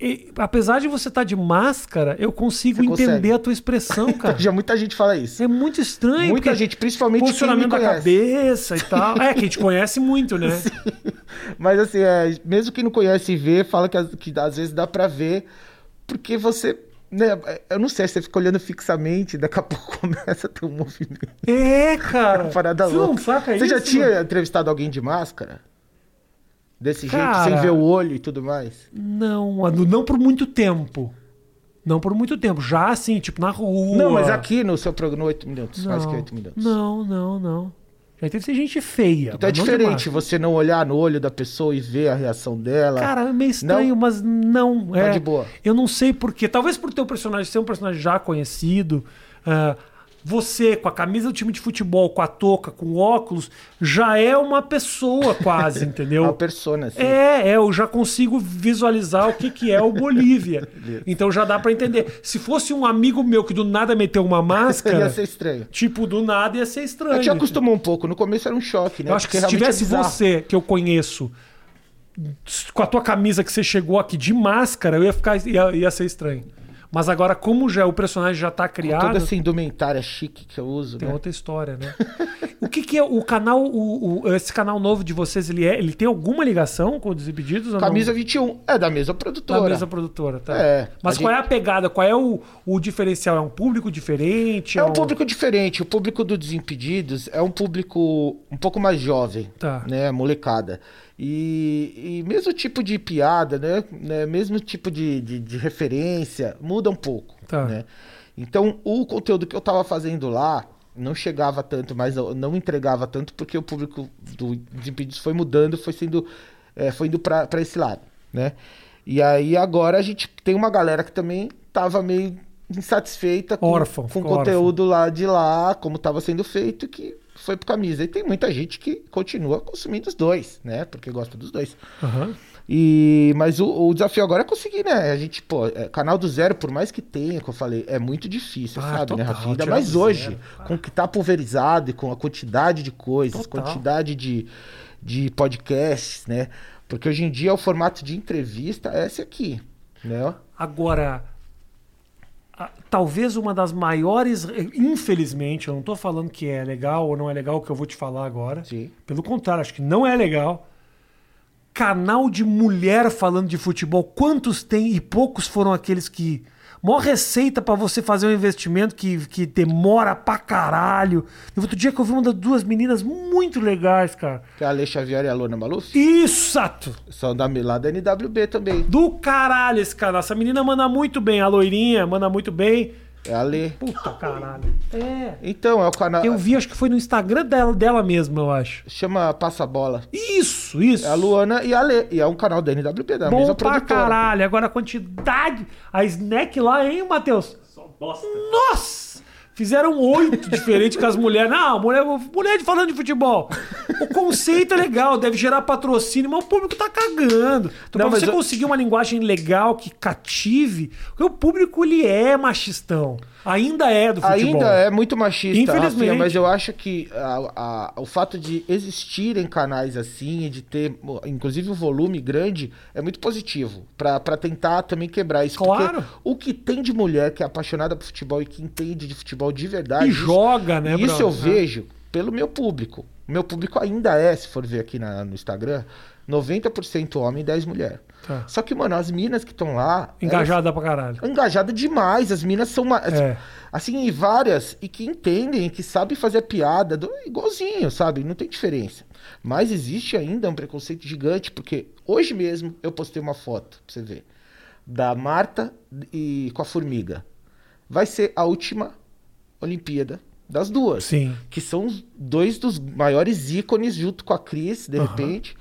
Speaker 1: E, apesar de você estar de máscara, eu consigo
Speaker 2: Você
Speaker 1: entender
Speaker 2: consegue.
Speaker 1: a tua expressão, cara.
Speaker 2: Já muita gente fala isso.
Speaker 1: É muito estranho.
Speaker 2: Muita
Speaker 1: Ah. porque
Speaker 2: gente, principalmente quem me
Speaker 1: Posicionamento da
Speaker 2: conhece.
Speaker 1: cabeça e tal. É, quem te conhece muito, né?
Speaker 2: Mas assim, é, mesmo quem não conhece e vê, fala que, as- que às vezes dá pra ver, porque você. Né, eu não sei, você fica olhando fixamente, daqui a pouco começa a ter um movimento.
Speaker 1: É, cara.
Speaker 2: Uma parada
Speaker 1: você
Speaker 2: louca.
Speaker 1: não saca
Speaker 2: você
Speaker 1: É isso?
Speaker 2: já tinha
Speaker 1: mano?
Speaker 2: entrevistado alguém de máscara? Desse
Speaker 1: Cara.
Speaker 2: jeito, sem ver o olho e tudo mais?
Speaker 1: Não, Anu, não por muito tempo. Não por muito tempo. Já assim, tipo, na rua.
Speaker 2: Não, mas aqui no seu programa, 8 minutos, mais
Speaker 1: Não,
Speaker 2: que 8 minutos.
Speaker 1: Não, não, não. Já teve ser gente feia.
Speaker 2: Então é
Speaker 1: mas não
Speaker 2: diferente
Speaker 1: demais.
Speaker 2: você não olhar no olho da pessoa e ver a reação dela.
Speaker 1: Cara, é meio estranho,
Speaker 2: Não? Tá
Speaker 1: mas não. É,
Speaker 2: de boa.
Speaker 1: Eu não sei porquê. Talvez por teu personagem ser um personagem já conhecido. ah, Você, com a camisa do time de futebol, com a touca, com óculos, já é uma pessoa quase, entendeu?
Speaker 2: Uma persona, assim.
Speaker 1: É, é, eu já consigo visualizar o que, que é o Bolívia. então já dá para entender. Se fosse um amigo meu que do nada meteu uma máscara.
Speaker 2: ia ser estranho.
Speaker 1: Tipo, do nada ia ser estranho.
Speaker 2: Eu te acostumou um pouco. No começo era um choque, né?
Speaker 1: É Eu acho que se
Speaker 2: Porque realmente é
Speaker 1: tivesse
Speaker 2: bizarro.
Speaker 1: você, que eu conheço, com a tua camisa que você chegou aqui de máscara, eu ia ficar. ia, ia ser estranho. Mas agora, como já o personagem já tá criado,
Speaker 2: Toda essa indumentária chique que eu uso,
Speaker 1: tem
Speaker 2: né?
Speaker 1: outra história, né? o que, que é o canal, o, o- esse canal novo de vocês, ele é, ele tem alguma ligação com o Desimpedidos? ou não?
Speaker 2: Camisa 21. É da mesma produtora.
Speaker 1: da mesma produtora, tá?
Speaker 2: É,
Speaker 1: Mas
Speaker 2: a
Speaker 1: qual é a
Speaker 2: gente-
Speaker 1: pegada? Qual é o, o diferencial? É um público diferente?
Speaker 2: É um público diferente. O público do Desimpedidos é um público um pouco mais jovem,
Speaker 1: Tá.
Speaker 2: né? Molecada. E, e mesmo tipo de piada, né? né, Mesmo tipo de, de, de referência, muda um pouco,
Speaker 1: Tá.
Speaker 2: né? Então, o conteúdo que eu tava fazendo lá não chegava tanto, mas eu não entregava tanto porque o público do Desimpedidos foi mudando, foi sendo... é, foi indo pra pra esse lado, né? E aí agora a gente tem uma galera que também tava meio insatisfeita com,
Speaker 1: Órfão,
Speaker 2: com o
Speaker 1: ficou órfão.
Speaker 2: conteúdo do lá de lá, como estava sendo feito, que foi pro camisa. E tem muita gente que continua consumindo os dois, né? Porque gosta dos dois.
Speaker 1: Aham.
Speaker 2: E, mas o, o desafio agora é conseguir, né? A gente, pô, é, canal do zero, por mais que tenha, que eu falei, é muito difícil,
Speaker 1: Ah,
Speaker 2: sabe, né,
Speaker 1: total,
Speaker 2: Rafinha? Ainda
Speaker 1: tirar
Speaker 2: mais
Speaker 1: do
Speaker 2: hoje,
Speaker 1: zero,
Speaker 2: com o que tá pulverizado e com a quantidade de coisas,
Speaker 1: Total.
Speaker 2: quantidade de, de podcasts, né? Porque hoje em dia o formato de entrevista é esse aqui, né?
Speaker 1: Agora, a- talvez uma das maiores. Infelizmente, eu não estou falando que é legal ou não é legal o que eu vou te falar agora.
Speaker 2: Sim.
Speaker 1: Pelo contrário, acho que não é legal. Canal de mulher falando de futebol, quantos tem e poucos foram aqueles que. Mó receita pra você fazer um investimento que, que demora pra caralho. No outro dia que eu vi uma das duas meninas muito legais, cara.
Speaker 2: Que é a Ale Xavier e a Lona Maluf
Speaker 1: Isso, Sato!
Speaker 2: são da, lá da NWB também.
Speaker 1: Do caralho esse canal. Essa menina manda muito bem, a loirinha manda muito bem.
Speaker 2: É a Ale.
Speaker 1: Puta caralho. É.
Speaker 2: Então, é o canal.
Speaker 1: Eu vi, acho que foi no Instagram dela, dela mesma, eu acho.
Speaker 2: Chama Passa Bola.
Speaker 1: Isso, isso.
Speaker 2: É a Luana e a Lê. E é um canal da NWP, da
Speaker 1: Bom
Speaker 2: mesma
Speaker 1: pra
Speaker 2: produtora.
Speaker 1: caralho. Agora a quantidade. A snack lá, hein, Matheus? Só bosta. Nossa! Fizeram oito diferentes com as mulheres. Não, mulher, mulher falando de futebol. O conceito é legal, deve gerar patrocínio, mas o público tá cagando. Então, pra
Speaker 2: Não, mas
Speaker 1: você
Speaker 2: eu-
Speaker 1: conseguir uma linguagem legal que cative, porque o público ele é machistão. Ainda é do futebol.
Speaker 2: Ainda é muito machista,
Speaker 1: Infelizmente.
Speaker 2: Rafinha, mas eu acho que a- a- o fato de existirem canais assim e de ter, mo- inclusive, um volume grande, é muito positivo Pra pra tentar também quebrar isso.
Speaker 1: Claro.
Speaker 2: Porque o que tem de mulher que é apaixonada por futebol e que entende de futebol de verdade...
Speaker 1: E
Speaker 2: isso-
Speaker 1: joga, né,
Speaker 2: Isso
Speaker 1: brother?
Speaker 2: eu vejo pelo meu público. O meu público ainda é, se for ver aqui na- no Instagram, 90% homem e 10 mulher.
Speaker 1: Tá.
Speaker 2: Só que, mano, as minas que estão lá... elas
Speaker 1: Engajada pra caralho.
Speaker 2: engajada demais. As minas são uma,
Speaker 1: É.
Speaker 2: assim, e várias e que entendem, que sabem fazer piada, do- igualzinho, sabe? Não tem diferença. Mas existe ainda um preconceito gigante, porque hoje mesmo eu postei uma foto, pra você ver, da Marta e com a formiga. Vai ser a última Olimpíada das duas.
Speaker 1: É, Sim.
Speaker 2: Que são os dois dos maiores ícones, junto com a Cris, de repente,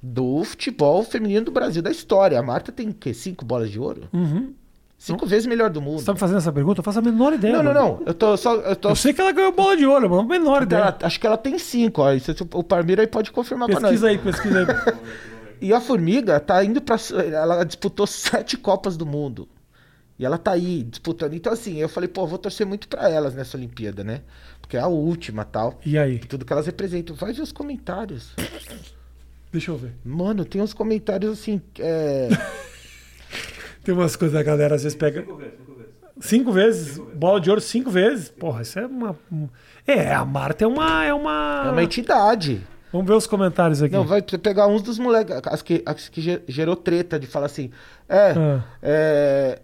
Speaker 2: do futebol feminino do Brasil, da história. A Marta tem o quê? Cinco bolas de ouro?
Speaker 1: Uhum.
Speaker 2: Cinco vezes melhor do mundo.
Speaker 1: Você tá me fazendo essa pergunta? Eu faço a menor ideia.
Speaker 2: Não, não,
Speaker 1: mano.
Speaker 2: não. Eu tô só. Eu tô. Tá,
Speaker 1: Eu sei que ela ganhou bola de ouro, mano. Menor
Speaker 2: Ela-
Speaker 1: ideia.
Speaker 2: acho que ela tem cinco, ó. Isso, o Palmeira aí pode confirmar
Speaker 1: Pesquisa
Speaker 2: pra nós.
Speaker 1: aí, pesquisa aí.
Speaker 2: E a Formiga tá indo pra. Ela disputou sete Copas do Mundo. E ela tá aí disputando. Então, assim, eu falei, pô, eu vou torcer muito pra elas nessa Olimpíada, né? Porque é a última tal.
Speaker 1: E aí?
Speaker 2: E tudo que elas representam. Vai ver os comentários.
Speaker 1: Deixa eu ver.
Speaker 2: Mano, tem uns comentários assim. É...
Speaker 1: Tem umas coisas da galera, às vezes pega. Cinco vezes. Cinco vezes? Bola de ouro cinco vezes? Porra, isso é uma. É, a Marta é uma. É uma...
Speaker 2: é uma entidade.
Speaker 1: Vamos ver os comentários aqui.
Speaker 2: Não, vai pe- pegar uns dos moleques, as que, as que ge- gerou treta, de falar assim, é,
Speaker 1: Ah.
Speaker 2: é,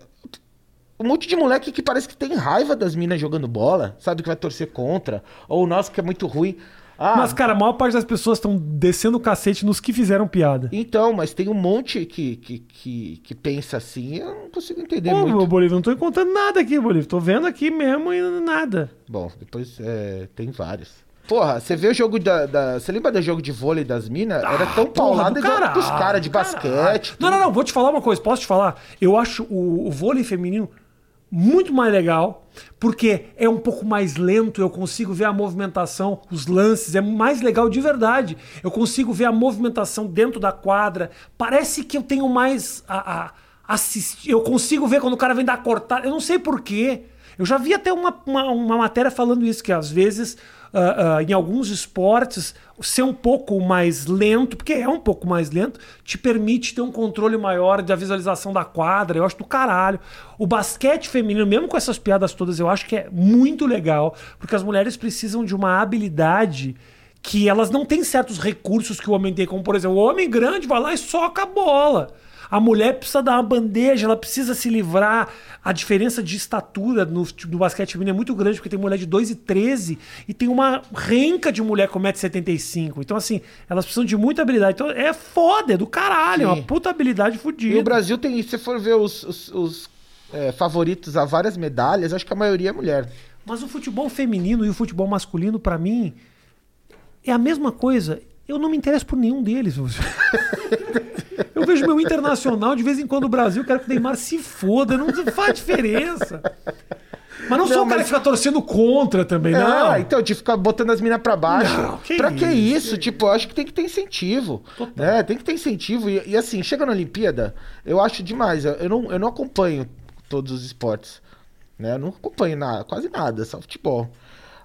Speaker 2: um monte de moleque que parece que tem raiva das minas jogando bola, sabe, que vai torcer contra, ou nossa, que é muito ruim. Ah,
Speaker 1: Mas, cara, a maior parte das pessoas estão descendo o cacete nos que fizeram piada.
Speaker 2: então, mas tem um monte que, que, que, que pensa assim, eu não consigo entender
Speaker 1: Pô,
Speaker 2: muito.
Speaker 1: meu Bolívia, não tô encontrando nada aqui, Bolívia. Tô vendo aqui mesmo e nada.
Speaker 2: Bom, depois é, tem vários. Porra, você vê o jogo da, da- Você lembra do jogo de vôlei das minas? Era tão
Speaker 1: Ah, Porra,
Speaker 2: paulada
Speaker 1: do
Speaker 2: igual
Speaker 1: caralho,
Speaker 2: dos caras de
Speaker 1: do caralho.
Speaker 2: basquete.
Speaker 1: Não, não, não, vou te falar uma coisa, posso te falar? Eu acho o, o vôlei feminino muito mais legal, porque é um pouco mais lento, eu consigo ver a movimentação, os lances, é mais legal de verdade. Eu consigo ver a movimentação dentro da quadra. Parece que eu tenho mais a, a assistir. Eu consigo ver quando o cara vem dar cortada. Eu não sei porquê. Eu já vi até uma, uma, uma, matéria falando isso, que às vezes, uh, uh, em alguns esportes, ser um pouco mais lento, porque é um pouco mais lento, te permite ter um controle maior da visualização da quadra. Eu acho do caralho. O basquete feminino, mesmo com essas piadas todas, eu acho que é muito legal, porque as mulheres precisam de uma habilidade que elas não têm certos recursos que o homem tem, como por exemplo, o homem grande vai lá e soca a bola. A mulher precisa dar uma bandeja, ela precisa se livrar. A diferença de estatura no, no basquete feminino é muito grande, porque tem mulher de 2,13 e tem uma renca de mulher com 1,75m. Então, assim, elas precisam de muita habilidade. Então, é foda, é do caralho, Sim. é uma puta habilidade fodida.
Speaker 2: E o Brasil tem, se for ver os, os, os é, favoritos a várias medalhas, acho que a maioria é mulher.
Speaker 1: Mas o futebol feminino e o futebol masculino, para mim, é a mesma coisa. Eu não me interesso por nenhum deles. Eu vejo meu internacional de vez em quando o Brasil, quero que o Neymar se foda, não faz diferença. Mas não, sou não, o cara mas... que fica torcendo contra também, é, não.
Speaker 2: então, de ficar botando as minas pra baixo. Não, que pra que isso? isso? Que... Tipo, eu acho que tem que ter incentivo. Total. Né? Tem que ter incentivo. E, e, assim, chega na Olimpíada, eu acho demais. Eu não, eu não acompanho todos os esportes. Né? Eu não acompanho nada, quase nada, só futebol.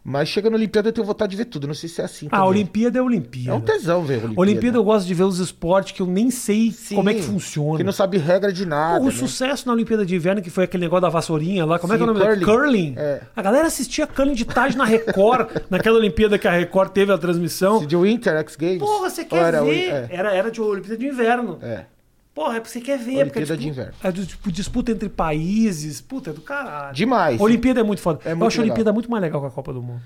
Speaker 2: Mas chega na Olimpíada eu tenho vontade de ver tudo. Não sei se é assim. Também.
Speaker 1: Ah, Olimpíada é Olimpíada.
Speaker 2: É um tesão ver
Speaker 1: Olimpíada. Olimpíada eu gosto de ver os esportes que eu nem sei Sim, como é que funciona. Que
Speaker 2: não sabe regra de nada.
Speaker 1: Pô, o
Speaker 2: né?
Speaker 1: sucesso na Olimpíada de Inverno, que foi aquele negócio da vassourinha lá, como Sim, é que é o nome Curling. curling. É. A galera assistia curling de tarde na Record, naquela Olimpíada que a Record teve a transmissão. Se
Speaker 2: de Winter X Games.
Speaker 1: Porra, você quer era ver? O... É. Era, era de Olimpíada de Inverno.
Speaker 2: É.
Speaker 1: Porra, é porque você quer ver. Olimpíada porque é,
Speaker 2: tipo, de inverno.
Speaker 1: É do, tipo, disputa entre países. Puta, é do caralho.
Speaker 2: Demais.
Speaker 1: Olimpíada é muito foda. É eu muito acho legal. a Olimpíada muito mais legal que a Copa do Mundo.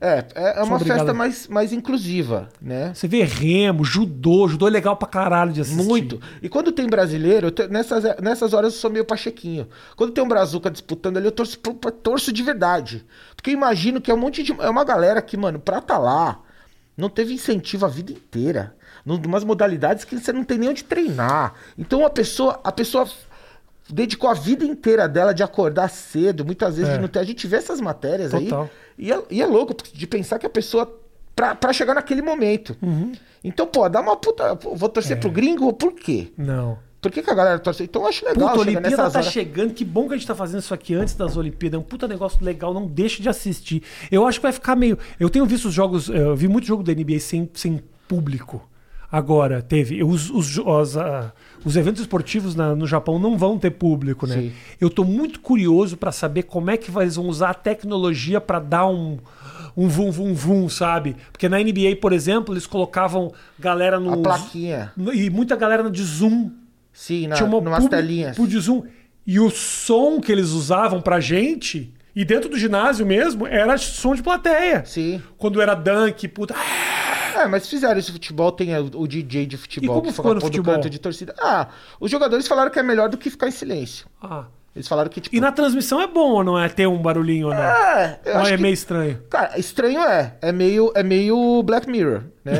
Speaker 2: É, é, é uma festa mais, mais inclusiva, né?
Speaker 1: Você vê remo, judô, judô é legal pra caralho de assistir.
Speaker 2: Muito. E quando tem brasileiro, te, nessas, nessas horas eu sou meio pachequinho. Quando tem um brazuca disputando ali, eu torço, torço de verdade. Porque imagino que é um monte de... É uma galera que, mano, pra tá lá, não teve incentivo a vida inteira umas modalidades que você não tem nem onde treinar. Então a pessoa, a pessoa dedicou a vida inteira dela de acordar cedo, muitas vezes é. não ter. A gente vê essas matérias Total. aí e é, e é, louco de pensar que a pessoa pra, pra chegar naquele momento.
Speaker 1: Uhum.
Speaker 2: Então, pô, dá uma puta. Vou torcer é. pro gringo por quê?
Speaker 1: Não.
Speaker 2: Por que, que a galera torce? Então eu acho legal. Puta,
Speaker 1: a Olimpíada tá horas. chegando. Que bom que a gente tá fazendo isso aqui antes das Olimpíadas. É um puta negócio legal. Não deixa de assistir. Eu acho que vai ficar meio. Eu tenho visto os jogos. eh, Eu vi muito jogo da NBA sem, sem público. Agora, teve. Os, os, os, uh, os eventos esportivos na, no Japão não vão ter público, né? Sim. Eu estou muito curioso para saber como é que eles vão usar a tecnologia para dar um. Um vum, vum, vum, sabe? Porque na NBA, por exemplo, eles colocavam galera no.
Speaker 2: A plaquinha.
Speaker 1: No, e muita galera de zoom.
Speaker 2: Sim, na, Tinha uma Ah, numas telinhas.
Speaker 1: De zoom. E o som que eles usavam pra gente, e dentro do ginásio mesmo, era som de plateia.
Speaker 2: Sim.
Speaker 1: Quando era dunk, puta.
Speaker 2: É, mas fizeram isso futebol, tem o DJ de futebol
Speaker 1: e como
Speaker 2: que
Speaker 1: ficou no futebol?
Speaker 2: canto de torcida. Ah, os jogadores falaram que é melhor do que ficar em silêncio.
Speaker 1: Ah.
Speaker 2: Eles falaram que, tipo...
Speaker 1: E na transmissão é bom ou não é ter um barulhinho ou não?
Speaker 2: É, eu
Speaker 1: ou
Speaker 2: acho
Speaker 1: é
Speaker 2: que...
Speaker 1: meio estranho?
Speaker 2: Cara, estranho é. É meio, é meio Black Mirror, né?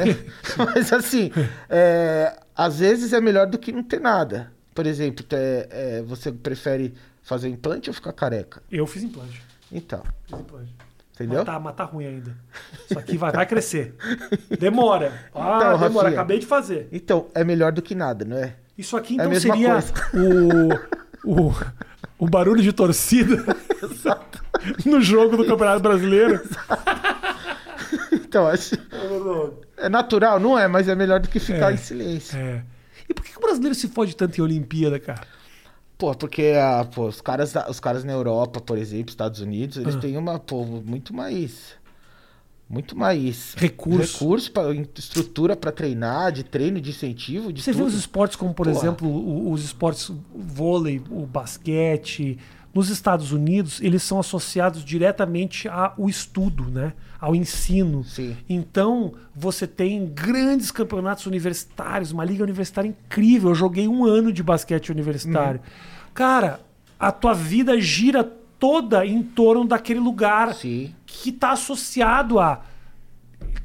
Speaker 2: mas assim, é... às vezes é melhor do que não ter nada. Por exemplo, ter, é... você prefere fazer implante ou ficar careca?
Speaker 1: Eu fiz implante.
Speaker 2: Então.
Speaker 1: Fiz implante.
Speaker 2: Entendeu?
Speaker 1: Mas tá, mas tá ruim ainda. Isso aqui vai, vai crescer. Demora. Ah, então, demora. Rafinha, acabei de fazer.
Speaker 2: Então, é melhor do que nada, não é?
Speaker 1: Isso aqui, então, é seria o, o, o barulho de torcida Exato. no jogo do Campeonato Brasileiro.
Speaker 2: então, acho... É natural, não é? Mas é melhor do que ficar
Speaker 1: é,
Speaker 2: em silêncio.
Speaker 1: É. E por que o brasileiro se fode tanto em Olimpíada, cara?
Speaker 2: Pô, porque ah, pô, os, caras, os caras na Europa, por exemplo, Estados Unidos,
Speaker 1: Ah.
Speaker 2: eles uhum. têm uma, pô, muito mais. Muito mais.
Speaker 1: Recurso.
Speaker 2: Recurso, pra, estrutura para treinar, de treino, de incentivo. De
Speaker 1: Você tudo. vê os esportes como, por Porra. exemplo, os esportes o vôlei, o basquete. Nos Estados Unidos, eles são associados diretamente ao estudo, né? ao ensino.
Speaker 2: Sim.
Speaker 1: Então, você tem grandes campeonatos universitários, uma liga universitária incrível. Eu joguei um ano de basquete universitário. Uhum. Cara, a tua vida gira toda em torno daquele lugar
Speaker 2: Sim.
Speaker 1: que está associado tá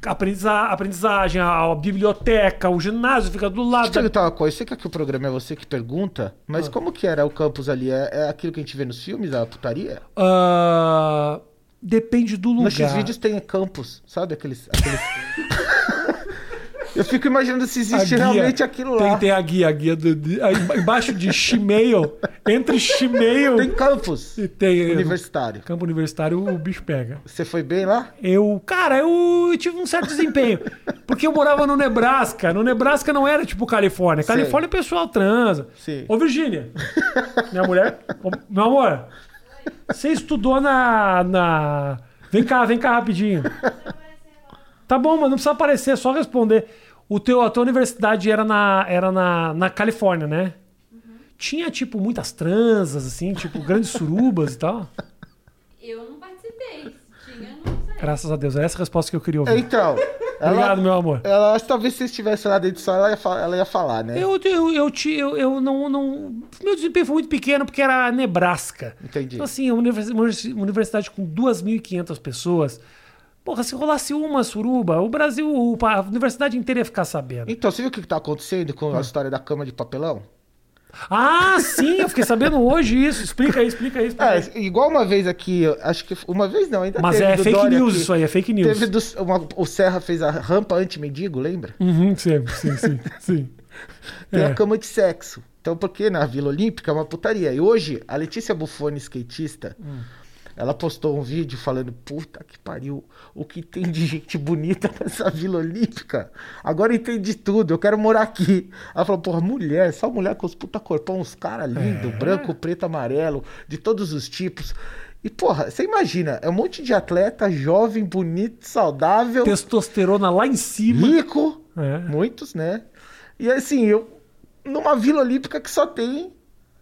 Speaker 1: a aprendiza- aprendizagem, a, a biblioteca, o ginásio fica do lado.
Speaker 2: Deixa eu te perguntar uma coisa. Sei que aqui o programa é você que pergunta, mas
Speaker 1: Ah.
Speaker 2: como que era o campus ali? É, é aquilo que a gente vê nos filmes, a putaria?
Speaker 1: Ah, depende do lugar.
Speaker 2: Nos X-Vídeos tem campus, sabe? Aqueles... aqueles... eu fico imaginando se
Speaker 1: A
Speaker 2: existe
Speaker 1: guia.
Speaker 2: realmente aquilo lá.
Speaker 1: Tem, tem a guia, a guia do, de- aí embaixo de Gmail, entre Gmail
Speaker 2: Tem campus
Speaker 1: e tem
Speaker 2: universitário.
Speaker 1: campo universitário, o bicho pega.
Speaker 2: Você foi bem lá?
Speaker 1: Eu, cara, eu tive um certo desempenho. Porque eu morava no Nebraska. No Nebraska não era tipo Califórnia. Califórnia o pessoal transa.
Speaker 2: Sim.
Speaker 1: Ô, Virgínia, minha mulher, ô, meu amor, você estudou na, na. Vem cá, vem cá rapidinho. Tá bom, mas não precisa aparecer, é só responder. O teu, a tua universidade era na, era na, na Califórnia, né? Tinha, tipo, muitas transas, assim, tipo, grandes surubas e tal.
Speaker 3: Eu não participei. Se tinha, não sei.
Speaker 1: Graças a Deus, era essa a resposta que eu queria ouvir.
Speaker 2: Então... ela-
Speaker 1: Obrigado, meu amor.
Speaker 2: Ela, acho que talvez se estivesse lá dentro só, ela ia, fa- ela ia falar, né?
Speaker 1: Eu, eu, eu, te- eu, eu não, não. Meu desempenho foi muito pequeno porque era Nebraska.
Speaker 2: Entendi.
Speaker 1: Então, assim, uma univers- uma univers- uma universidade com 2.500 pessoas. Porra, se rolasse uma suruba, o Brasil, o pa- a universidade inteira ia ficar sabendo.
Speaker 2: Então, você viu o que que tá acontecendo com a história da cama de papelão?
Speaker 1: Ah, sim, eu fiquei sabendo hoje isso. Explica aí, explica aí. Explica aí.
Speaker 2: É, igual uma vez aqui, eu acho que uma vez não, ainda
Speaker 1: Ah, Mas
Speaker 2: teve
Speaker 1: é
Speaker 2: do
Speaker 1: fake
Speaker 2: Dória
Speaker 1: news
Speaker 2: aqui.
Speaker 1: isso aí, é fake news.
Speaker 2: Teve do, uma- o Serra fez a rampa anti-mendigo, lembra?
Speaker 1: Uhum, sim, sim, sim. sim.
Speaker 2: Tem
Speaker 1: É.
Speaker 2: a cama de sexo. Então, porque na Vila Olímpica é uma putaria. E hoje, a Letícia Bufone, skatista,
Speaker 1: Hum.
Speaker 2: ela postou um vídeo falando: Puta que pariu, o que tem de gente bonita nessa Vila Olímpica? Agora eu entendi tudo, eu quero morar aqui. Ela falou: Porra, mulher, só mulher com os puta corpão, uns caras
Speaker 1: É.
Speaker 2: lindos, branco, preto, amarelo, de todos os tipos. E, porra, você imagina, é um monte de atleta jovem, bonito, saudável
Speaker 1: Testosterona lá em cima.
Speaker 2: rico,
Speaker 1: É.
Speaker 2: muitos, né? E assim, eu numa vila olímpica que só tem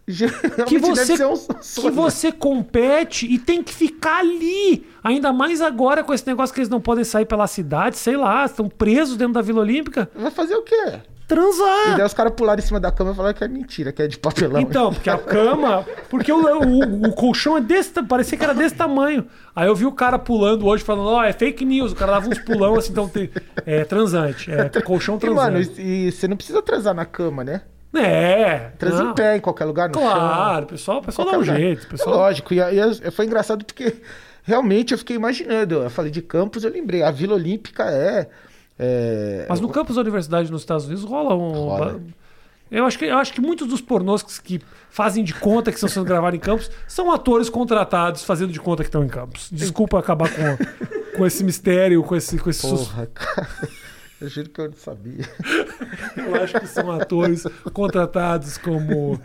Speaker 1: que
Speaker 2: geralmente
Speaker 1: você,
Speaker 2: deve ser um
Speaker 1: que
Speaker 2: sonho.
Speaker 1: você compete e tem que ficar ali. Ainda mais agora com esse negócio que eles não podem sair pela cidade, sei lá, estão presos dentro da Vila Olímpica.
Speaker 2: vai fazer o quê? E
Speaker 1: Transar!
Speaker 2: daí os caras pularam em cima da cama e falaram que é mentira, que é de papelão.
Speaker 1: Então, porque a cama. Porque o, o- o colchão é desse. ta- Parecia que era desse tamanho. Aí eu vi o cara pulando hoje, falando: Ó, é fake news. O cara dava uns pulão assim, então. tem- É transante. É colchão
Speaker 2: e, mano,
Speaker 1: transante.
Speaker 2: e, e você não precisa transar na cama, né?
Speaker 1: É.
Speaker 2: Transa
Speaker 1: não.
Speaker 2: em pé, em qualquer lugar, no chão.
Speaker 1: Claro, o pessoal, o pessoal dá um
Speaker 2: Qualquer lugar.
Speaker 1: jeito. o
Speaker 2: É
Speaker 1: Pessoal...
Speaker 2: Lógico, e, aí eu- foi engraçado porque realmente eu fiquei imaginando. Eu falei de campus, eu lembrei. A Vila Olímpica é. é-
Speaker 1: Mas no campus da universidade nos Estados Unidos rola um.
Speaker 2: Rola.
Speaker 1: Eu acho, que, eu acho que muitos dos pornôs que, que fazem de conta que estão sendo gravados em campos são atores contratados fazendo de conta que estão em campos. Desculpa acabar com, com esse mistério, com esse, com esse sus-
Speaker 2: Porra, cara. Eu juro que eu não sabia.
Speaker 1: Eu acho que são atores contratados como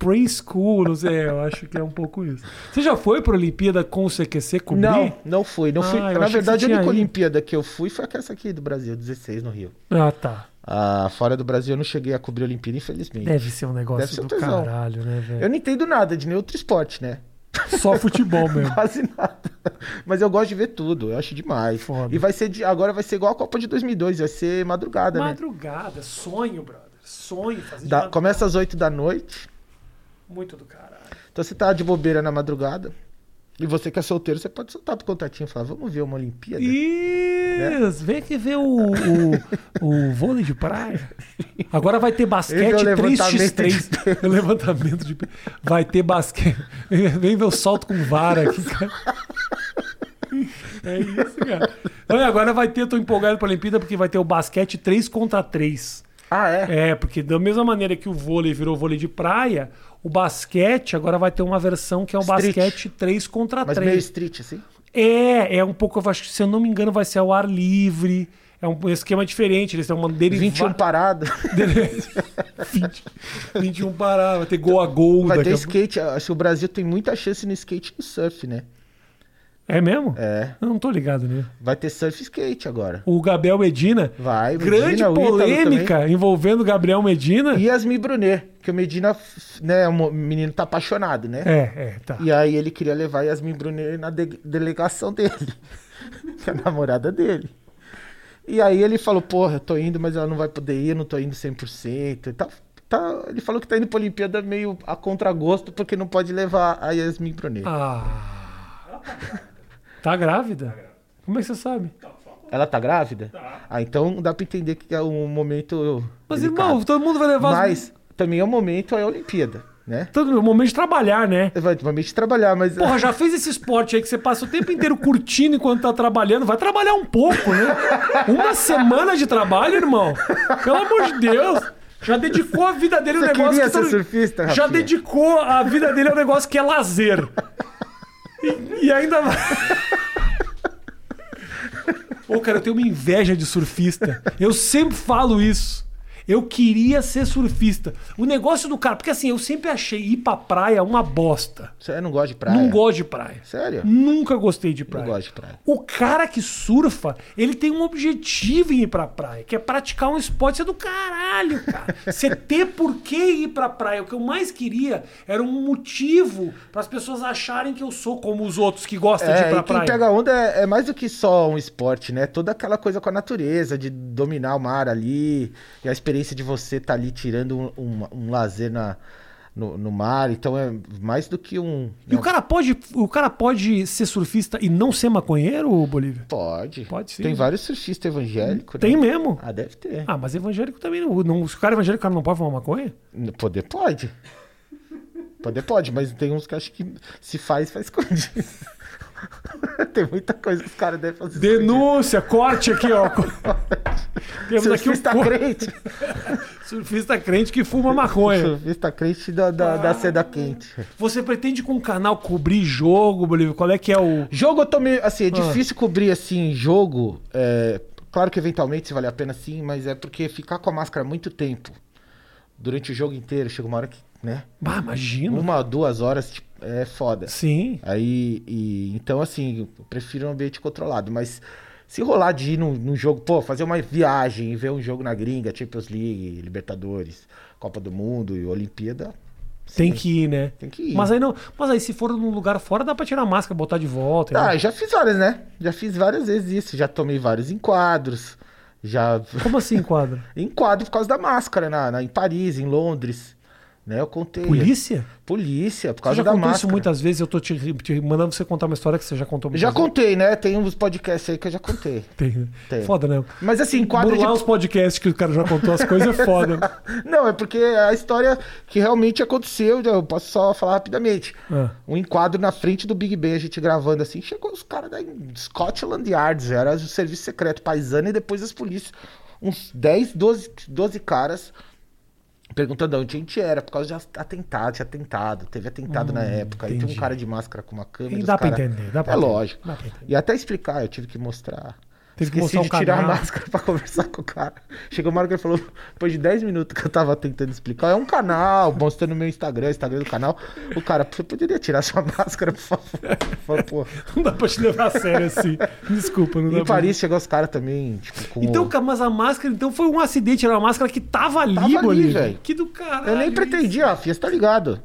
Speaker 1: preschool, não sei, eu acho que é um pouco isso. Você já foi para Olimpíada com o CQC cobrir?
Speaker 2: Não, não fui. Não
Speaker 1: Ah,
Speaker 2: fui.
Speaker 1: eu achei que
Speaker 2: Na
Speaker 1: você
Speaker 2: verdade, a
Speaker 1: tinha
Speaker 2: única
Speaker 1: ido.
Speaker 2: Olimpíada que eu fui foi essa aqui do Brasil, 16 no Rio.
Speaker 1: Ah, tá.
Speaker 2: Ah, fora do Brasil eu não cheguei a cobrir a Olimpíada, infelizmente.
Speaker 1: Deve ser um negócio
Speaker 2: Deve ser um
Speaker 1: do
Speaker 2: tesão.
Speaker 1: caralho, né, velho?
Speaker 2: Eu não entendo nada de nenhum outro esporte, né?
Speaker 1: Só futebol mesmo.
Speaker 2: Quase nada. Mas eu gosto de ver tudo, eu acho demais.
Speaker 1: Foda.
Speaker 2: E vai ser de- agora vai ser igual a Copa de 2002, vai ser madrugada, né?
Speaker 1: Madrugada, sonho, brother. Sonho, fazer de
Speaker 2: Da-
Speaker 1: madru-
Speaker 2: começa às 8 da noite.
Speaker 1: muito do caralho.
Speaker 2: Então você tá de bobeira na madrugada. E você que é solteiro, você pode soltar pro contatinho e falar: "Vamos ver uma Olimpíada?"
Speaker 1: Isso, vem que vê o, o, o vôlei de praia. Agora vai ter basquete
Speaker 2: Vem ver é o
Speaker 1: 3x3. É O levantamento de peso. Vai ter basquete. Vem ver o salto com vara aqui, cara. É isso, cara. Olha, Agora vai ter, tô empolgado pra Olimpíada, porque vai ter o basquete 3 contra 3.
Speaker 2: Ah, é.
Speaker 1: É, porque da mesma maneira que o vôlei virou vôlei de praia, o basquete agora vai ter uma versão que é o
Speaker 2: Street.
Speaker 1: basquete 3 contra
Speaker 2: Mas
Speaker 1: 3.
Speaker 2: meio street assim.
Speaker 1: É, é um pouco, eu acho que, se eu não me engano, vai ser ao ar livre. É um esquema diferente, eles têm uma derivada.
Speaker 2: 21 paradas.
Speaker 1: 20, 21 parar, um vai ter gol a gol.
Speaker 2: Vai ter
Speaker 1: daqui a pouco.
Speaker 2: skate. Acho que o Brasil tem muita chance no skate e no surf, né?
Speaker 1: É mesmo?
Speaker 2: É.
Speaker 1: Eu não tô ligado né?
Speaker 2: Vai ter surf e skate agora.
Speaker 1: O Gabriel Medina.
Speaker 2: Vai, Medina,
Speaker 1: grande
Speaker 2: o Ítalo
Speaker 1: polêmica envolvendo o Gabriel Medina.
Speaker 2: E Yasmin Brunet, que o Medina, né, o menino tá apaixonado, né?
Speaker 1: É, é, tá.
Speaker 2: E aí ele queria levar Yasmin Brunet na de- delegação dele, que é a namorada dele. E aí ele falou, porra, eu tô indo, mas ela não vai poder ir, eu não tô indo 100%. Tá, tá, ele falou que tá indo pra Olimpíada meio a contragosto, porque não pode levar a Yasmin Brunet.
Speaker 1: Ah. Tá grávida? Como é que você sabe?
Speaker 2: Ela tá grávida? Tá. Ah, então dá pra entender que é um momento.
Speaker 1: Mas,
Speaker 2: delicado.
Speaker 1: irmão, tá todo mundo vai levar.
Speaker 2: tá Mas também é um momento, é a Olimpíada, né?
Speaker 1: Todo é o momento de trabalhar, né?
Speaker 2: Vai normalmente trabalhar, mas. é. ah,
Speaker 1: Porra, já fez esse esporte aí que você passa o tempo inteiro curtindo enquanto tá trabalhando. Vai trabalhar um pouco, né? Uma semana de trabalho, irmão. Pelo amor de Deus. Já dedicou a vida dele ao
Speaker 2: Você
Speaker 1: negócio
Speaker 2: queria
Speaker 1: que
Speaker 2: ser
Speaker 1: todo-
Speaker 2: surfista,
Speaker 1: Já
Speaker 2: Rafinha?
Speaker 1: dedicou a vida dele ao negócio que é lazer. E, e ainda vai. Ô, cara, eu tenho uma inveja de surfista. Eu sempre falo isso. Eu queria ser surfista. O negócio do cara, porque assim, eu sempre achei ir pra praia uma bosta.
Speaker 2: Você não gosta de praia?
Speaker 1: Não gosto de praia.
Speaker 2: Sério?
Speaker 1: Nunca gostei de praia.
Speaker 2: Ah, é. gosto de praia.
Speaker 1: O cara que surfa, ele tem um objetivo em ir pra praia, que é praticar um esporte. Isso é do caralho, cara. Você ter por que ir pra praia. O que eu mais queria era um motivo para as pessoas acharem que eu sou como os outros que gostam de ir
Speaker 2: É,
Speaker 1: pra
Speaker 2: e quem
Speaker 1: praia.
Speaker 2: pega onda é, é mais do que só um esporte, né? Toda aquela coisa com a natureza, de dominar o mar ali, e a experiência de você estar ali tirando um, um- um lazer na, no, no mar. Então é mais do que um.
Speaker 1: E o cara, pode, o cara pode ser surfista e não ser maconheiro, Bolívia?
Speaker 2: Pode.
Speaker 1: Pode sim.
Speaker 2: Tem vários surfistas evangélicos. né?
Speaker 1: Tem mesmo.
Speaker 2: Ah, deve ter.
Speaker 1: Ah, mas evangélico também não. não se o cara é evangélico, o cara não pode fumar maconha?
Speaker 2: Poder pode. Poder pode, mas tem uns que acho que se faz, faz escondido. tem muita coisa que os caras devem fazer.
Speaker 1: Denúncia, corte aqui, ó. Temos aqui um
Speaker 2: Surfista
Speaker 1: cor-
Speaker 2: tá crente.
Speaker 1: surfista crente que fuma maconha.
Speaker 2: Surfista tá crente da, da, da seda quente.
Speaker 1: Você pretende com o canal cobrir jogo, Bolívia? Qual é que é o.
Speaker 2: Jogo eu tô meio. Assim, é
Speaker 1: Ah.
Speaker 2: difícil cobrir assim, jogo. é, claro que eventualmente se vale a pena sim, mas é porque ficar com a máscara muito tempo. Durante o jogo inteiro, chega uma hora que, né?
Speaker 1: Ah, imagina.
Speaker 2: Uma, duas horas tipo, é foda.
Speaker 1: Sim.
Speaker 2: Aí, e- então assim, eu prefiro um ambiente controlado, mas se rolar de ir num, num jogo, pô, fazer uma viagem e ver um jogo na gringa, Champions League, Libertadores, Copa do Mundo e Olimpíada,
Speaker 1: Tem que ir, né?
Speaker 2: Tem que ir.
Speaker 1: Mas aí não. Mas aí, se for num lugar fora, dá pra tirar a máscara, botar de volta.
Speaker 2: Ah,
Speaker 1: né?
Speaker 2: já fiz várias, né? Já fiz várias vezes isso, já tomei vários enquadros, já
Speaker 1: Como assim, quadro?
Speaker 2: enquadro por causa da máscara na, na- em Paris, em Londres, né? Eu contei.
Speaker 1: Polícia?
Speaker 2: Polícia, por
Speaker 1: Você
Speaker 2: causa
Speaker 1: já
Speaker 2: da
Speaker 1: contou isso
Speaker 2: máscara.
Speaker 1: muitas vezes, eu tô te, te mandando você contar uma história que você já contou
Speaker 2: Eu
Speaker 1: muitas
Speaker 2: Já
Speaker 1: vezes.
Speaker 2: contei, né? Tem uns podcasts aí que eu já contei.
Speaker 1: Tem, né?
Speaker 2: Tem.
Speaker 1: Foda, né?
Speaker 2: Mas assim, enquadro
Speaker 1: Burlar
Speaker 2: de
Speaker 1: os podcasts que o cara já contou as coisas é foda.
Speaker 2: Não, é porque é a história que realmente aconteceu, eu posso só falar rapidamente.
Speaker 1: Ah.
Speaker 2: Um enquadro na frente do Big Ben, a gente gravando assim, chegou os caras da Scotland Yard, era o serviço secreto paisano e depois as polícias. Uns 10, 12, 12 caras perguntando de onde a gente era, por causa de atentado, tinha atentado, teve atentado na época, aí tem um
Speaker 1: Hum, entendi.
Speaker 2: cara de máscara com uma câmera.
Speaker 1: E
Speaker 2: os
Speaker 1: dá pra
Speaker 2: cara-
Speaker 1: entender, dá pra
Speaker 2: É
Speaker 1: entender,
Speaker 2: lógico.
Speaker 1: dá pra entender.
Speaker 2: E até explicar, eu tive que mostrar.
Speaker 1: Teve que
Speaker 2: Esqueci
Speaker 1: mostrar
Speaker 2: de
Speaker 1: o
Speaker 2: tirar a
Speaker 1: canal.
Speaker 2: máscara pra conversar com o cara. Chegou uma hora que ele falou, depois de 10 minutos que eu tava tentando explicar, é um canal, mostrando meu Instagram, o Instagram do canal. O cara, você poderia tirar sua máscara, por favor? Eu falei, pô.
Speaker 1: Não dá pra te levar a sério assim. Desculpa, não dá
Speaker 2: Em
Speaker 1: pra.
Speaker 2: Paris chegou os caras também, tipo, com.
Speaker 1: Então, cara, mas a máscara, então foi um acidente, era uma máscara que tava ali,
Speaker 2: Tava ali,
Speaker 1: Bolívia.
Speaker 2: velho.
Speaker 1: Que do caralho.
Speaker 2: eu nem
Speaker 1: isso.
Speaker 2: pretendia, a Fias tá ligado.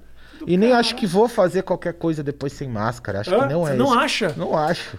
Speaker 2: E nem acho que vou fazer qualquer coisa depois sem máscara. Acho
Speaker 1: Hã?
Speaker 2: que não é
Speaker 1: Você não
Speaker 2: isso.
Speaker 1: acha?
Speaker 2: Não acho.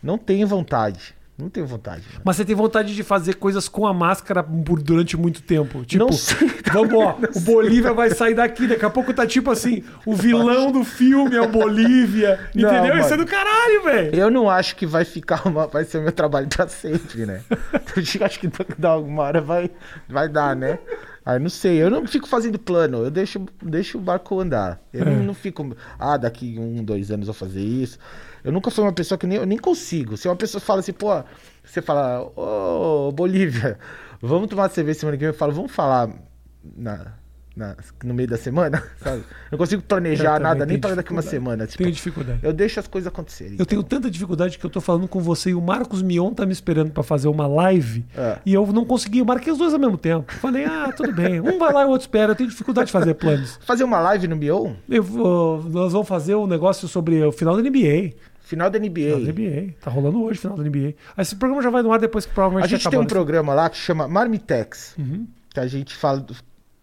Speaker 2: Não tenho vontade. Não tenho vontade. mano.
Speaker 1: Mas você tem vontade de fazer coisas com a máscara por, durante muito tempo. Tipo,
Speaker 2: Não sei.
Speaker 1: vamos, ó, o Bolívia vai sair daqui, daqui a pouco tá tipo assim, o vilão do filme é o Bolívia.
Speaker 2: Não,
Speaker 1: entendeu? Isso é
Speaker 2: mano.
Speaker 1: do caralho, velho.
Speaker 2: Eu não acho que vai ficar uma, vai ser o meu trabalho pra sempre, né? Eu acho que dá alguma hora vai, vai dar, né? Aí não sei, eu não fico fazendo plano, eu deixo, deixo o barco andar. Eu
Speaker 1: É.
Speaker 2: não, não fico, ah, daqui um, dois anos eu vou fazer isso. Eu nunca fui uma pessoa que nem, eu nem consigo. Se uma pessoa fala assim, pô, você fala, ô Bolívia, vamos tomar cerveja semana que vem, eu falo, vamos falar na- na- no meio da semana, sabe? Eu não consigo
Speaker 1: Eu
Speaker 2: planejar
Speaker 1: também
Speaker 2: nada, nem
Speaker 1: tenho
Speaker 2: para daqui uma
Speaker 1: dificuldade.
Speaker 2: semana. Tipo,
Speaker 1: Tenho dificuldade.
Speaker 2: eu deixo as coisas acontecerem.
Speaker 1: Eu tenho tanta dificuldade que eu tô falando com você e o Marcos Mion tá me esperando pra fazer uma live
Speaker 2: É.
Speaker 1: e eu não consegui. Eu marquei os dois ao mesmo tempo. Falei, ah, tudo bem. Um vai lá e o outro espera. Eu tenho dificuldade de fazer planos.
Speaker 2: Fazer uma live no Mion?
Speaker 1: Eu vou- nós vamos fazer um negócio sobre o final da NBA.
Speaker 2: Final da NBA.
Speaker 1: Final da NBA. Tá rolando hoje o final da NBA. Esse programa já Uhum. vai no ar depois que provavelmente
Speaker 2: A gente
Speaker 1: tá
Speaker 2: tem um
Speaker 1: acabando
Speaker 2: programa lá que chama Marmitex. Que a gente fala. do-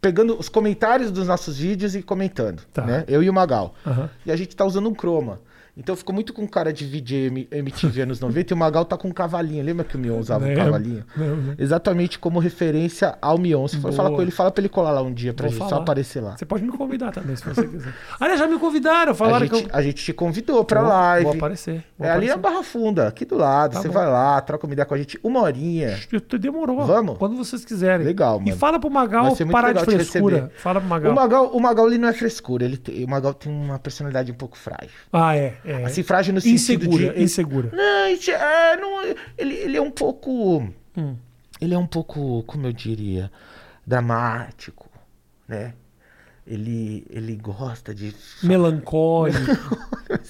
Speaker 2: Pegando os comentários dos nossos vídeos e comentando.
Speaker 1: Tá.
Speaker 2: Né? Eu e o Magal.
Speaker 1: Aham.
Speaker 2: E a gente tá usando um croma. Então ficou muito com cara de VJ M- MTV anos 90 e o Magal tá com um cavalinho. Lembra que o Mion usava um
Speaker 1: Lembro,
Speaker 2: cavalinho?
Speaker 1: lembro.
Speaker 2: Exatamente como referência ao Mion. Se for
Speaker 1: Boa.
Speaker 2: falar com ele, fala pra ele colar lá um dia pra
Speaker 1: Vou
Speaker 2: gente, só
Speaker 1: falar.
Speaker 2: aparecer lá.
Speaker 1: Você pode me convidar também, se você quiser. Aliás, já me convidaram,
Speaker 2: A
Speaker 1: falaram
Speaker 2: gente,
Speaker 1: que eu.
Speaker 2: a gente te convidou pra
Speaker 1: vou,
Speaker 2: live.
Speaker 1: Vou aparecer. Vou
Speaker 2: é ali na
Speaker 1: aparecer.
Speaker 2: Barra Funda, aqui do lado.
Speaker 1: Tá
Speaker 2: você
Speaker 1: bom.
Speaker 2: vai lá, troca uma ideia com a gente. Uma horinha.
Speaker 1: Te- Demorou.
Speaker 2: Vamos?
Speaker 1: Quando vocês quiserem.
Speaker 2: Legal,
Speaker 1: E
Speaker 2: mano.
Speaker 1: fala pro Magal
Speaker 2: Vai ser muito
Speaker 1: parar de
Speaker 2: legal te
Speaker 1: frescura.
Speaker 2: receber.
Speaker 1: Fala pro Magal.
Speaker 2: O Magal, o Magal ele não é frescura. Ele tem- o Magal tem uma personalidade um pouco frágil.
Speaker 1: Ah, é. é.
Speaker 2: Assim, frágil no sentido
Speaker 1: insegura,
Speaker 2: de...
Speaker 1: insegura.
Speaker 2: Não, isso é, não, ele, ele é um pouco.
Speaker 1: Hum.
Speaker 2: Ele é um pouco, como eu diria, dramático, né? Ele, ele gosta de.
Speaker 1: Melancólico.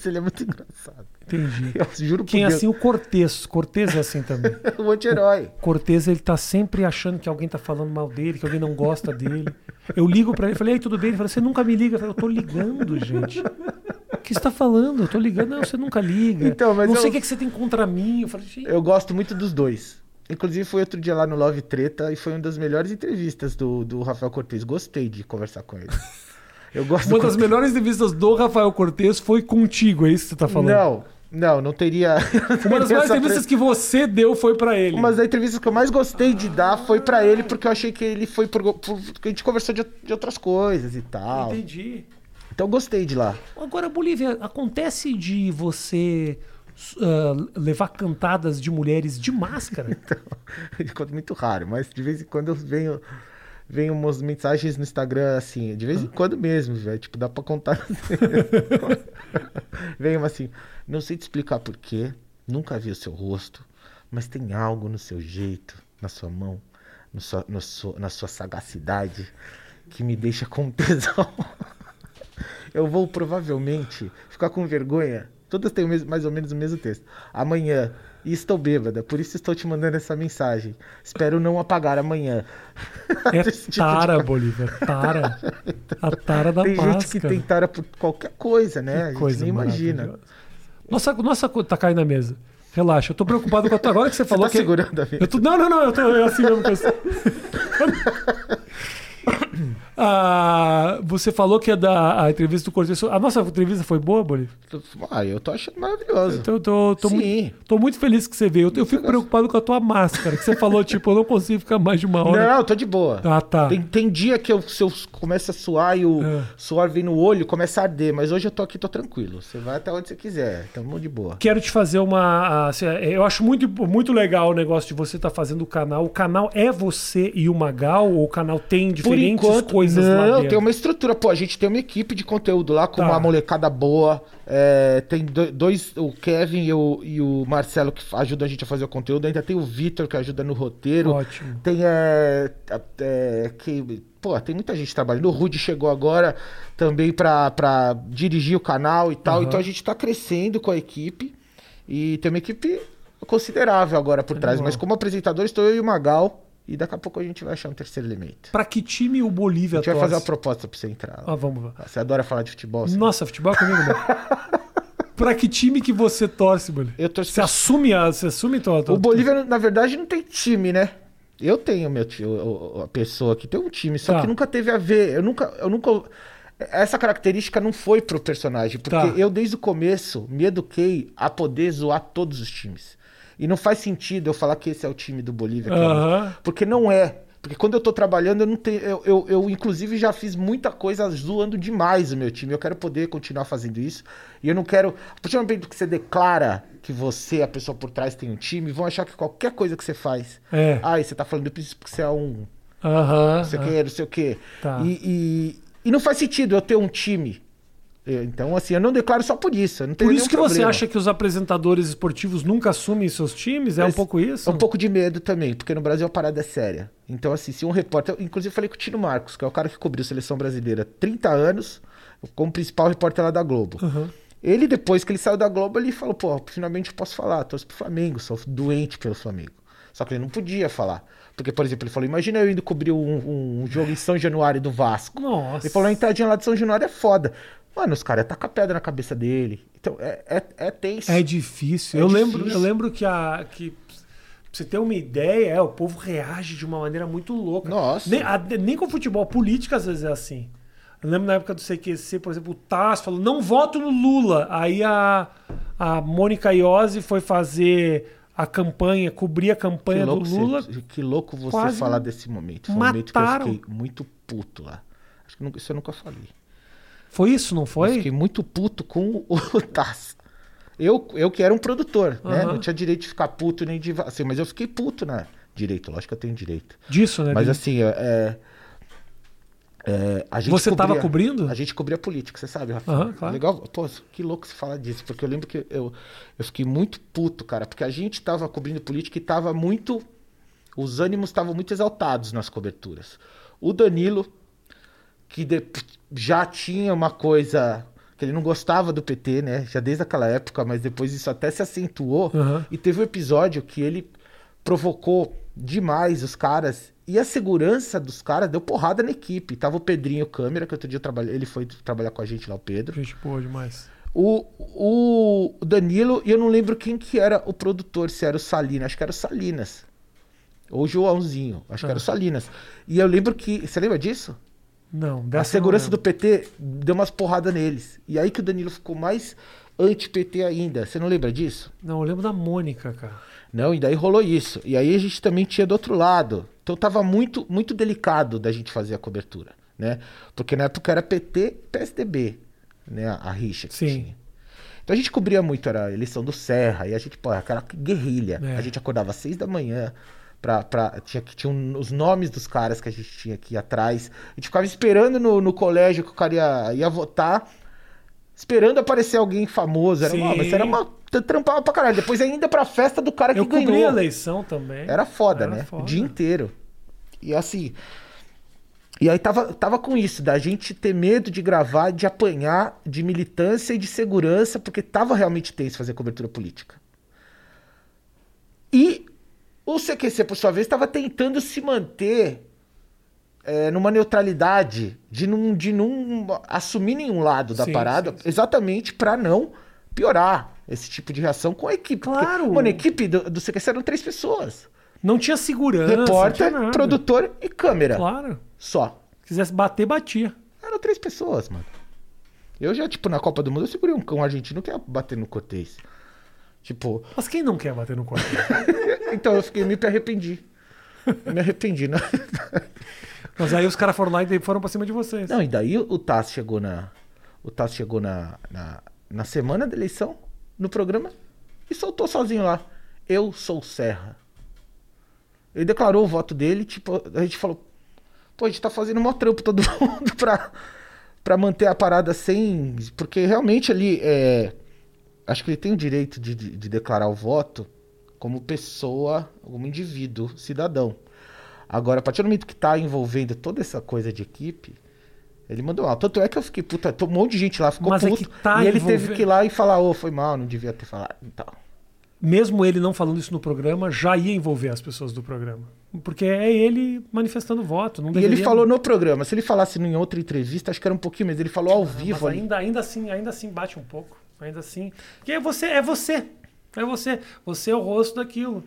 Speaker 2: ele é muito engraçado.
Speaker 1: Entendi.
Speaker 2: Eu juro por
Speaker 1: Quem é
Speaker 2: Deus,
Speaker 1: assim, o Cortez. Cortez é assim também.
Speaker 2: é um anti-herói.
Speaker 1: Cortez, ele tá sempre achando que alguém tá falando mal dele, que alguém não gosta dele. Eu ligo pra ele, falei, ei, tudo bem? Ele falou, você nunca me liga. Eu falei, eu tô ligando, gente. O que você tá falando? Eu tô ligando. Não, você nunca liga.
Speaker 2: Então, mas
Speaker 1: não sei
Speaker 2: eu-
Speaker 1: o que, é que você tem contra mim. Eu falei, gente,
Speaker 2: Eu gosto muito dos dois. Inclusive, foi outro dia lá no Love Treta e foi uma das melhores entrevistas do, do Rafael Cortez. Gostei de conversar com ele. Eu gosto
Speaker 1: uma
Speaker 2: do
Speaker 1: das
Speaker 2: Cortez.
Speaker 1: melhores entrevistas do Rafael Cortez foi contigo, é isso que você tá falando?
Speaker 2: Não, não, não teria.
Speaker 1: Uma das melhores entrevistas que você deu foi pra ele.
Speaker 2: Uma das entrevistas que eu mais gostei de dar foi pra ele, porque eu achei que ele foi por. por- porque a gente conversou de, de outras coisas e tal.
Speaker 1: Entendi.
Speaker 2: Então eu gostei de lá.
Speaker 1: Agora, Bolívia, acontece de você s- ah, levar cantadas de mulheres de máscara?
Speaker 2: Enquanto Então, muito raro, mas de vez em quando eu venho. Vem umas mensagens no Instagram, assim, de vez em quando mesmo, velho. Tipo, dá pra contar. Vem uma assim, não sei te explicar porquê, nunca vi o seu rosto, mas tem algo no seu jeito, na sua mão, no sua- no sua- na sua sagacidade, que me deixa com tesão. Eu vou provavelmente ficar com vergonha. Todas têm o mesmo- mais ou menos o mesmo texto. Amanhã. E estou bêbada, por isso estou te mandando essa mensagem. Espero não apagar amanhã.
Speaker 1: É
Speaker 2: Esse tipo de
Speaker 1: tara, tá Bolívia, é tara. A tara da
Speaker 2: Tem
Speaker 1: máscara.
Speaker 2: gente que tem tara por qualquer coisa, né? a gente nem imagina.
Speaker 1: maravilhosa. Nossa, nossa, co- tá caindo na mesa. Relaxa, eu tô preocupado com a tua. Agora que você falou
Speaker 2: tá
Speaker 1: que.
Speaker 2: segurando a mesa?
Speaker 1: Eu tô- Não, não, não, eu tô eu assim mesmo. com isso. Ah, você falou que é da a entrevista do Cortez. A nossa entrevista foi boa, Bolívia?
Speaker 2: Ah, eu tô achando maravilhoso.
Speaker 1: Então, eu tô, tô,
Speaker 2: Sim.
Speaker 1: muito, tô muito feliz que você veio. Eu, eu fico preocupado com a tua máscara, que você falou, tipo, eu não consigo ficar mais de uma hora.
Speaker 2: Não, eu tô de boa.
Speaker 1: Ah, tá.
Speaker 2: Tem, tem dia que eu, se eu começo a suar e o
Speaker 1: É.
Speaker 2: suor vem no olho, começa a arder. Mas hoje eu tô aqui, tô tranquilo. Você vai até onde você quiser. Tamo de boa.
Speaker 1: Quero te fazer uma. assim, Eu acho muito, muito legal o negócio de você estar fazendo o canal. O canal é você e o Magal? Ou o canal tem diferentes coisas lá
Speaker 2: não,
Speaker 1: dentro?
Speaker 2: tem uma estrutura. Pô, a gente tem uma equipe de conteúdo lá com
Speaker 1: Tá.
Speaker 2: uma molecada boa. É, tem do- dois, o Kevin e o, e o Marcelo que fa- ajudam a gente a fazer o conteúdo. Ainda tem o Vitor que ajuda no roteiro.
Speaker 1: Ótimo.
Speaker 2: Tem é, a- é, que, pô, tem muita gente trabalhando. O Rude chegou agora também pra, pra dirigir o canal e tal.
Speaker 1: Aham.
Speaker 2: Então a gente tá crescendo com a equipe. E tem uma equipe considerável agora por trás.
Speaker 1: Animal.
Speaker 2: Mas como apresentador, estou eu e o Magal. E daqui a pouco a gente vai achar um terceiro elemento.
Speaker 1: Pra que time o Bolívia
Speaker 2: A gente vai fazer uma
Speaker 1: torce?
Speaker 2: proposta pra você entrar.
Speaker 1: Ah, vamos lá.
Speaker 2: Você adora falar de futebol. assim.
Speaker 1: Nossa, futebol é comigo, não. pra que time que você torce, Bolívia?
Speaker 2: Eu torço
Speaker 1: Você assume a. Você assume tua, tua-
Speaker 2: O Bolívia, na verdade, não tem time, né? Eu tenho meu ti- o- o- a pessoa que tem um time, só
Speaker 1: Tá.
Speaker 2: que nunca teve a ver. Eu nunca, eu nunca. Essa característica não foi pro personagem, porque
Speaker 1: Tá.
Speaker 2: eu desde o começo me eduquei a poder zoar todos os times. E não faz sentido eu falar que esse é o time do Bolívia. que é o-
Speaker 1: Aham.
Speaker 2: Porque não é. Porque quando eu tô trabalhando, eu não tenho. Eu, eu, eu, inclusive, já fiz muita coisa zoando demais o meu time. Eu quero poder continuar fazendo isso. E eu não quero. A partir do momento que você declara que você, a pessoa por trás, tem um time, vão achar que qualquer coisa que você faz.
Speaker 1: É.
Speaker 2: Ai, você tá falando isso porque você é um.
Speaker 1: Aham.
Speaker 2: Não sei o que, não sei o quê.
Speaker 1: Tá.
Speaker 2: E, e, e não faz sentido eu ter um time. Eu- Então, assim, eu não declaro só por isso. eu não tenho
Speaker 1: Por isso
Speaker 2: nenhum
Speaker 1: que você
Speaker 2: problema.
Speaker 1: acha que os apresentadores esportivos nunca assumem seus times? É um
Speaker 2: Mas
Speaker 1: pouco isso?
Speaker 2: É um pouco de medo também, porque no Brasil a parada é séria. Então, assim, se um repórter. eu, Inclusive, eu falei com o Tino Marcos, que é o cara que cobriu a seleção brasileira 30 anos, como principal repórter lá da Globo.
Speaker 1: Aham.
Speaker 2: Ele, depois que ele saiu da Globo, ele falou: pô, finalmente eu posso falar, torço pro Flamengo, sou doente pelo Flamengo. Só que ele não podia falar. Porque, por exemplo, ele falou: imagina eu indo cobrir um, um jogo em São Januário do Vasco.
Speaker 1: Nossa.
Speaker 2: Ele falou: a entradinha lá de São Januário é foda. Mano, os caras tacam pedra na cabeça dele. Então, é, é, é tenso.
Speaker 1: É difícil.
Speaker 2: É
Speaker 1: eu,
Speaker 2: difícil.
Speaker 1: Lembro, eu lembro que a. Que, pra você ter uma ideia, é, o povo reage de uma maneira muito louca.
Speaker 2: Nossa.
Speaker 1: Nem, a- nem com futebol, política às vezes é assim. Eu lembro na época do CQC, por exemplo, o Tasso falou: não voto no Lula. Aí a, a Mônica Iose foi fazer a campanha, cobrir a campanha do
Speaker 2: você-
Speaker 1: Lula.
Speaker 2: que louco você
Speaker 1: quase
Speaker 2: falar desse momento. Foi um momento que eu
Speaker 1: mataram.
Speaker 2: fiquei muito puto lá. Acho que nunca- isso eu nunca falei.
Speaker 1: Foi isso, não
Speaker 2: Eu
Speaker 1: foi?
Speaker 2: fiquei muito puto com o Tasso. Eu, eu que era um produtor, né?
Speaker 1: Aham.
Speaker 2: Não tinha direito de ficar puto nem de. va- Assim, mas eu fiquei puto na. Direito, lógico que eu tenho direito.
Speaker 1: Disso, né?
Speaker 2: Mas
Speaker 1: Dini?
Speaker 2: assim, é. é, a gente
Speaker 1: Você tava
Speaker 2: cobria-
Speaker 1: cobrindo?
Speaker 2: A gente cobria política, você sabe, Rafa.
Speaker 1: Aham, claro.
Speaker 2: Legal. Pô, que louco você falar disso, porque eu lembro que eu, eu fiquei muito puto, cara, porque a gente tava cobrindo política e tava muito. Os ânimos estavam muito exaltados nas coberturas. O Danilo, que de- já tinha uma coisa. que ele não gostava do PT, né? Já desde aquela época, mas depois isso até se acentuou.
Speaker 1: Aham.
Speaker 2: E teve um episódio que ele provocou demais os caras. E a segurança dos caras deu porrada na equipe. Tava o Pedrinho Câmera, que outro dia eu trabalhei, ele foi trabalhar com a gente lá, o Pedro.
Speaker 1: Gente boa demais.
Speaker 2: O, o Danilo, e eu não lembro quem que era o produtor, se era o Salinas, acho que era o Salinas. Ou o Joãozinho, acho que era o Salinas. E eu lembro que. Você lembra disso?
Speaker 1: Não,
Speaker 2: A
Speaker 1: dessa
Speaker 2: segurança
Speaker 1: não
Speaker 2: do
Speaker 1: lembro.
Speaker 2: PT deu umas porradas neles. E aí que o Danilo ficou mais anti-PT ainda. Você não lembra disso?
Speaker 1: Não, eu lembro da Mônica, cara.
Speaker 2: Não, e daí rolou isso. E aí a gente também tinha do outro lado. Então tava muito, muito delicado da gente fazer a cobertura, né? Porque na época era PT e PSDB, né? A rixa que
Speaker 1: Sim.
Speaker 2: tinha. Então a gente cobria muito, era a eleição do Serra, e a gente, pô, aquela guerrilha.
Speaker 1: É.
Speaker 2: A gente acordava às seis da manhã. Pra, pra, tinha que tinha um- os nomes dos caras que a gente tinha aqui atrás. A gente ficava esperando no, no colégio que o cara ia, ia votar, esperando aparecer alguém famoso. Era uma,
Speaker 1: Sim.
Speaker 2: mas era uma. Trampava pra caralho. Depois ainda pra festa do cara É que
Speaker 1: Eu cobri a
Speaker 2: ganhou.
Speaker 1: eleição também.
Speaker 2: Era foda,
Speaker 1: Era
Speaker 2: né?
Speaker 1: foda.
Speaker 2: O dia inteiro. E assim. E aí tava, tava com isso, da gente ter medo de gravar, de apanhar, de militância e de segurança, porque tava realmente tenso fazer cobertura política. E o CQC, por sua vez, estava tentando se manter é, numa neutralidade, de não, de não assumir nenhum lado da
Speaker 1: Sim,
Speaker 2: parada,
Speaker 1: sim,
Speaker 2: exatamente para não piorar esse tipo de reação com a equipe. Porque,
Speaker 1: Claro.
Speaker 2: mano, a equipe do, do CQC eram três pessoas.
Speaker 1: Não tinha segurança.
Speaker 2: Repórter,
Speaker 1: não tinha Ah, nada.
Speaker 2: produtor e câmera.
Speaker 1: Claro.
Speaker 2: Só.
Speaker 1: Se quisesse bater, batia.
Speaker 2: Eram três pessoas, mano. Eu já, tipo, na Copa do Mundo, eu segurei um cão argentino que ia bater no Cortez. Tipo,
Speaker 1: Mas quem não quer bater no corte?
Speaker 2: então eu fiquei, me arrependi. Eu me arrependi, né?
Speaker 1: Mas aí os caras foram lá e foram pra cima de vocês.
Speaker 2: Não, e daí o Tass chegou na. O Tass chegou na, na, na semana da eleição, no programa, e soltou sozinho lá. Eu sou Serra. Ele declarou o voto dele, tipo, a gente falou. Pô, a gente tá fazendo mó trampo todo mundo pra, pra manter a parada sem. Porque realmente ali é. Acho que ele tem o direito de, de- de declarar o voto como pessoa, como indivíduo, cidadão. Agora, a partir do momento que tá envolvendo toda essa coisa de equipe, ele mandou mal. Tanto é que eu fiquei puta, tô- um monte de gente lá ficou
Speaker 1: Mas é
Speaker 2: puto.
Speaker 1: que tá
Speaker 2: e ele
Speaker 1: envolvendo-
Speaker 2: teve que ir lá e falar, ô, foi mal, não devia ter falado e tal.
Speaker 1: Mesmo ele não falando isso no programa, já ia envolver as pessoas do programa. Porque é ele manifestando voto. Não
Speaker 2: E ele
Speaker 1: deveria-
Speaker 2: falou no programa. Se ele falasse em outra entrevista, acho que era um pouquinho, mas ele falou ao
Speaker 1: Ah, Mas
Speaker 2: vivo ali.
Speaker 1: ainda, ainda assim, ainda assim bate um pouco. Ainda assim. Porque é você, é você. É você. Você é o rosto daquilo.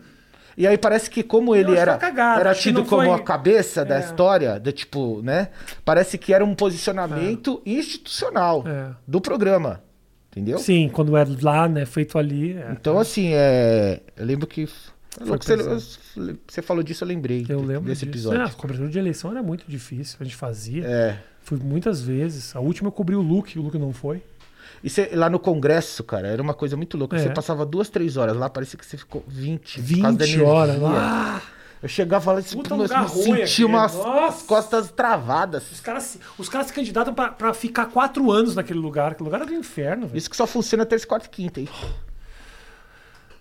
Speaker 2: E aí parece que como ele
Speaker 1: acho
Speaker 2: era,
Speaker 1: uma cagada,
Speaker 2: era
Speaker 1: tá acho que
Speaker 2: tido
Speaker 1: não
Speaker 2: como
Speaker 1: foi-
Speaker 2: a cabeça da
Speaker 1: É.
Speaker 2: história, do tipo, né? Parece que era um posicionamento institucional
Speaker 1: É.
Speaker 2: do programa. Entendeu?
Speaker 1: Sim, quando é lá, né? Feito ali. é.
Speaker 2: Então, assim, é. Eu lembro que. É louco, você,
Speaker 1: pesado.
Speaker 2: eu- você falou disso, eu lembrei
Speaker 1: Eu
Speaker 2: de-
Speaker 1: lembro
Speaker 2: desse
Speaker 1: disso.
Speaker 2: episódio.
Speaker 1: É, a cobertura de eleição era muito difícil. A gente fazia.
Speaker 2: É.
Speaker 1: Fui muitas vezes. A última eu cobri o Luke, o Luke não foi.
Speaker 2: E você- lá no Congresso, cara, era uma coisa muito louca.
Speaker 1: É.
Speaker 2: Você passava duas, três horas lá, parecia que você ficou 20. por causa da
Speaker 1: 20 horas.
Speaker 2: energia.
Speaker 1: Ah,
Speaker 2: Eu chegava lá e
Speaker 1: Puta
Speaker 2: tipo, eu
Speaker 1: lugar ruim aqui,
Speaker 2: senti umas
Speaker 1: nossa.
Speaker 2: costas travadas.
Speaker 1: os, caras, se- os caras se candidatam pra, pra ficar quatro anos naquele lugar. Aquele lugar era do inferno, velho.
Speaker 2: Isso que só funciona terça, quarta e quinta, hein?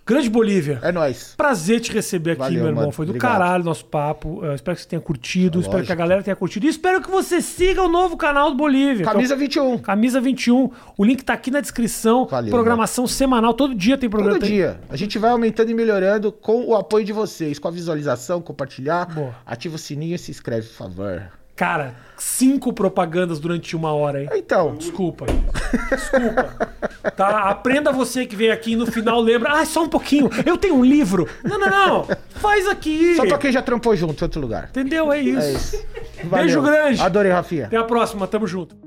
Speaker 1: Grande Bolívia.
Speaker 2: É nóis.
Speaker 1: Prazer te receber aqui,
Speaker 2: Valeu,
Speaker 1: meu irmão.
Speaker 2: mano.
Speaker 1: Foi do
Speaker 2: Obrigado. É
Speaker 1: caralho o nosso papo. Eu espero que você tenha curtido. Espero que a
Speaker 2: Lógico.
Speaker 1: galera tenha curtido. E espero que você siga o novo canal do Bolívia. que é o
Speaker 2: Camisa 21.
Speaker 1: Camisa 21. O link tá aqui na descrição.
Speaker 2: Valeu,
Speaker 1: Programação semanal. Todo dia tem programa.
Speaker 2: Todo
Speaker 1: tem-
Speaker 2: dia. A gente vai aumentando e melhorando com o apoio de vocês, com a visualização, compartilhar.
Speaker 1: Boa.
Speaker 2: Ativa o sininho e se inscreve, por favor.
Speaker 1: Cara, cinco propagandas durante uma hora, hein?
Speaker 2: Então,
Speaker 1: Desculpa. aí. Desculpa. Tá? Aprenda você que veio aqui e no final lembra. Ah, só um pouquinho. Eu tenho um livro. Não, não, não. Faz aqui.
Speaker 2: só pra quem já trampou junto em outro lugar.
Speaker 1: Entendeu? É isso.
Speaker 2: É isso.
Speaker 1: Beijo grande.
Speaker 2: Adorei, Rafinha.
Speaker 1: Até a próxima. Tamo junto.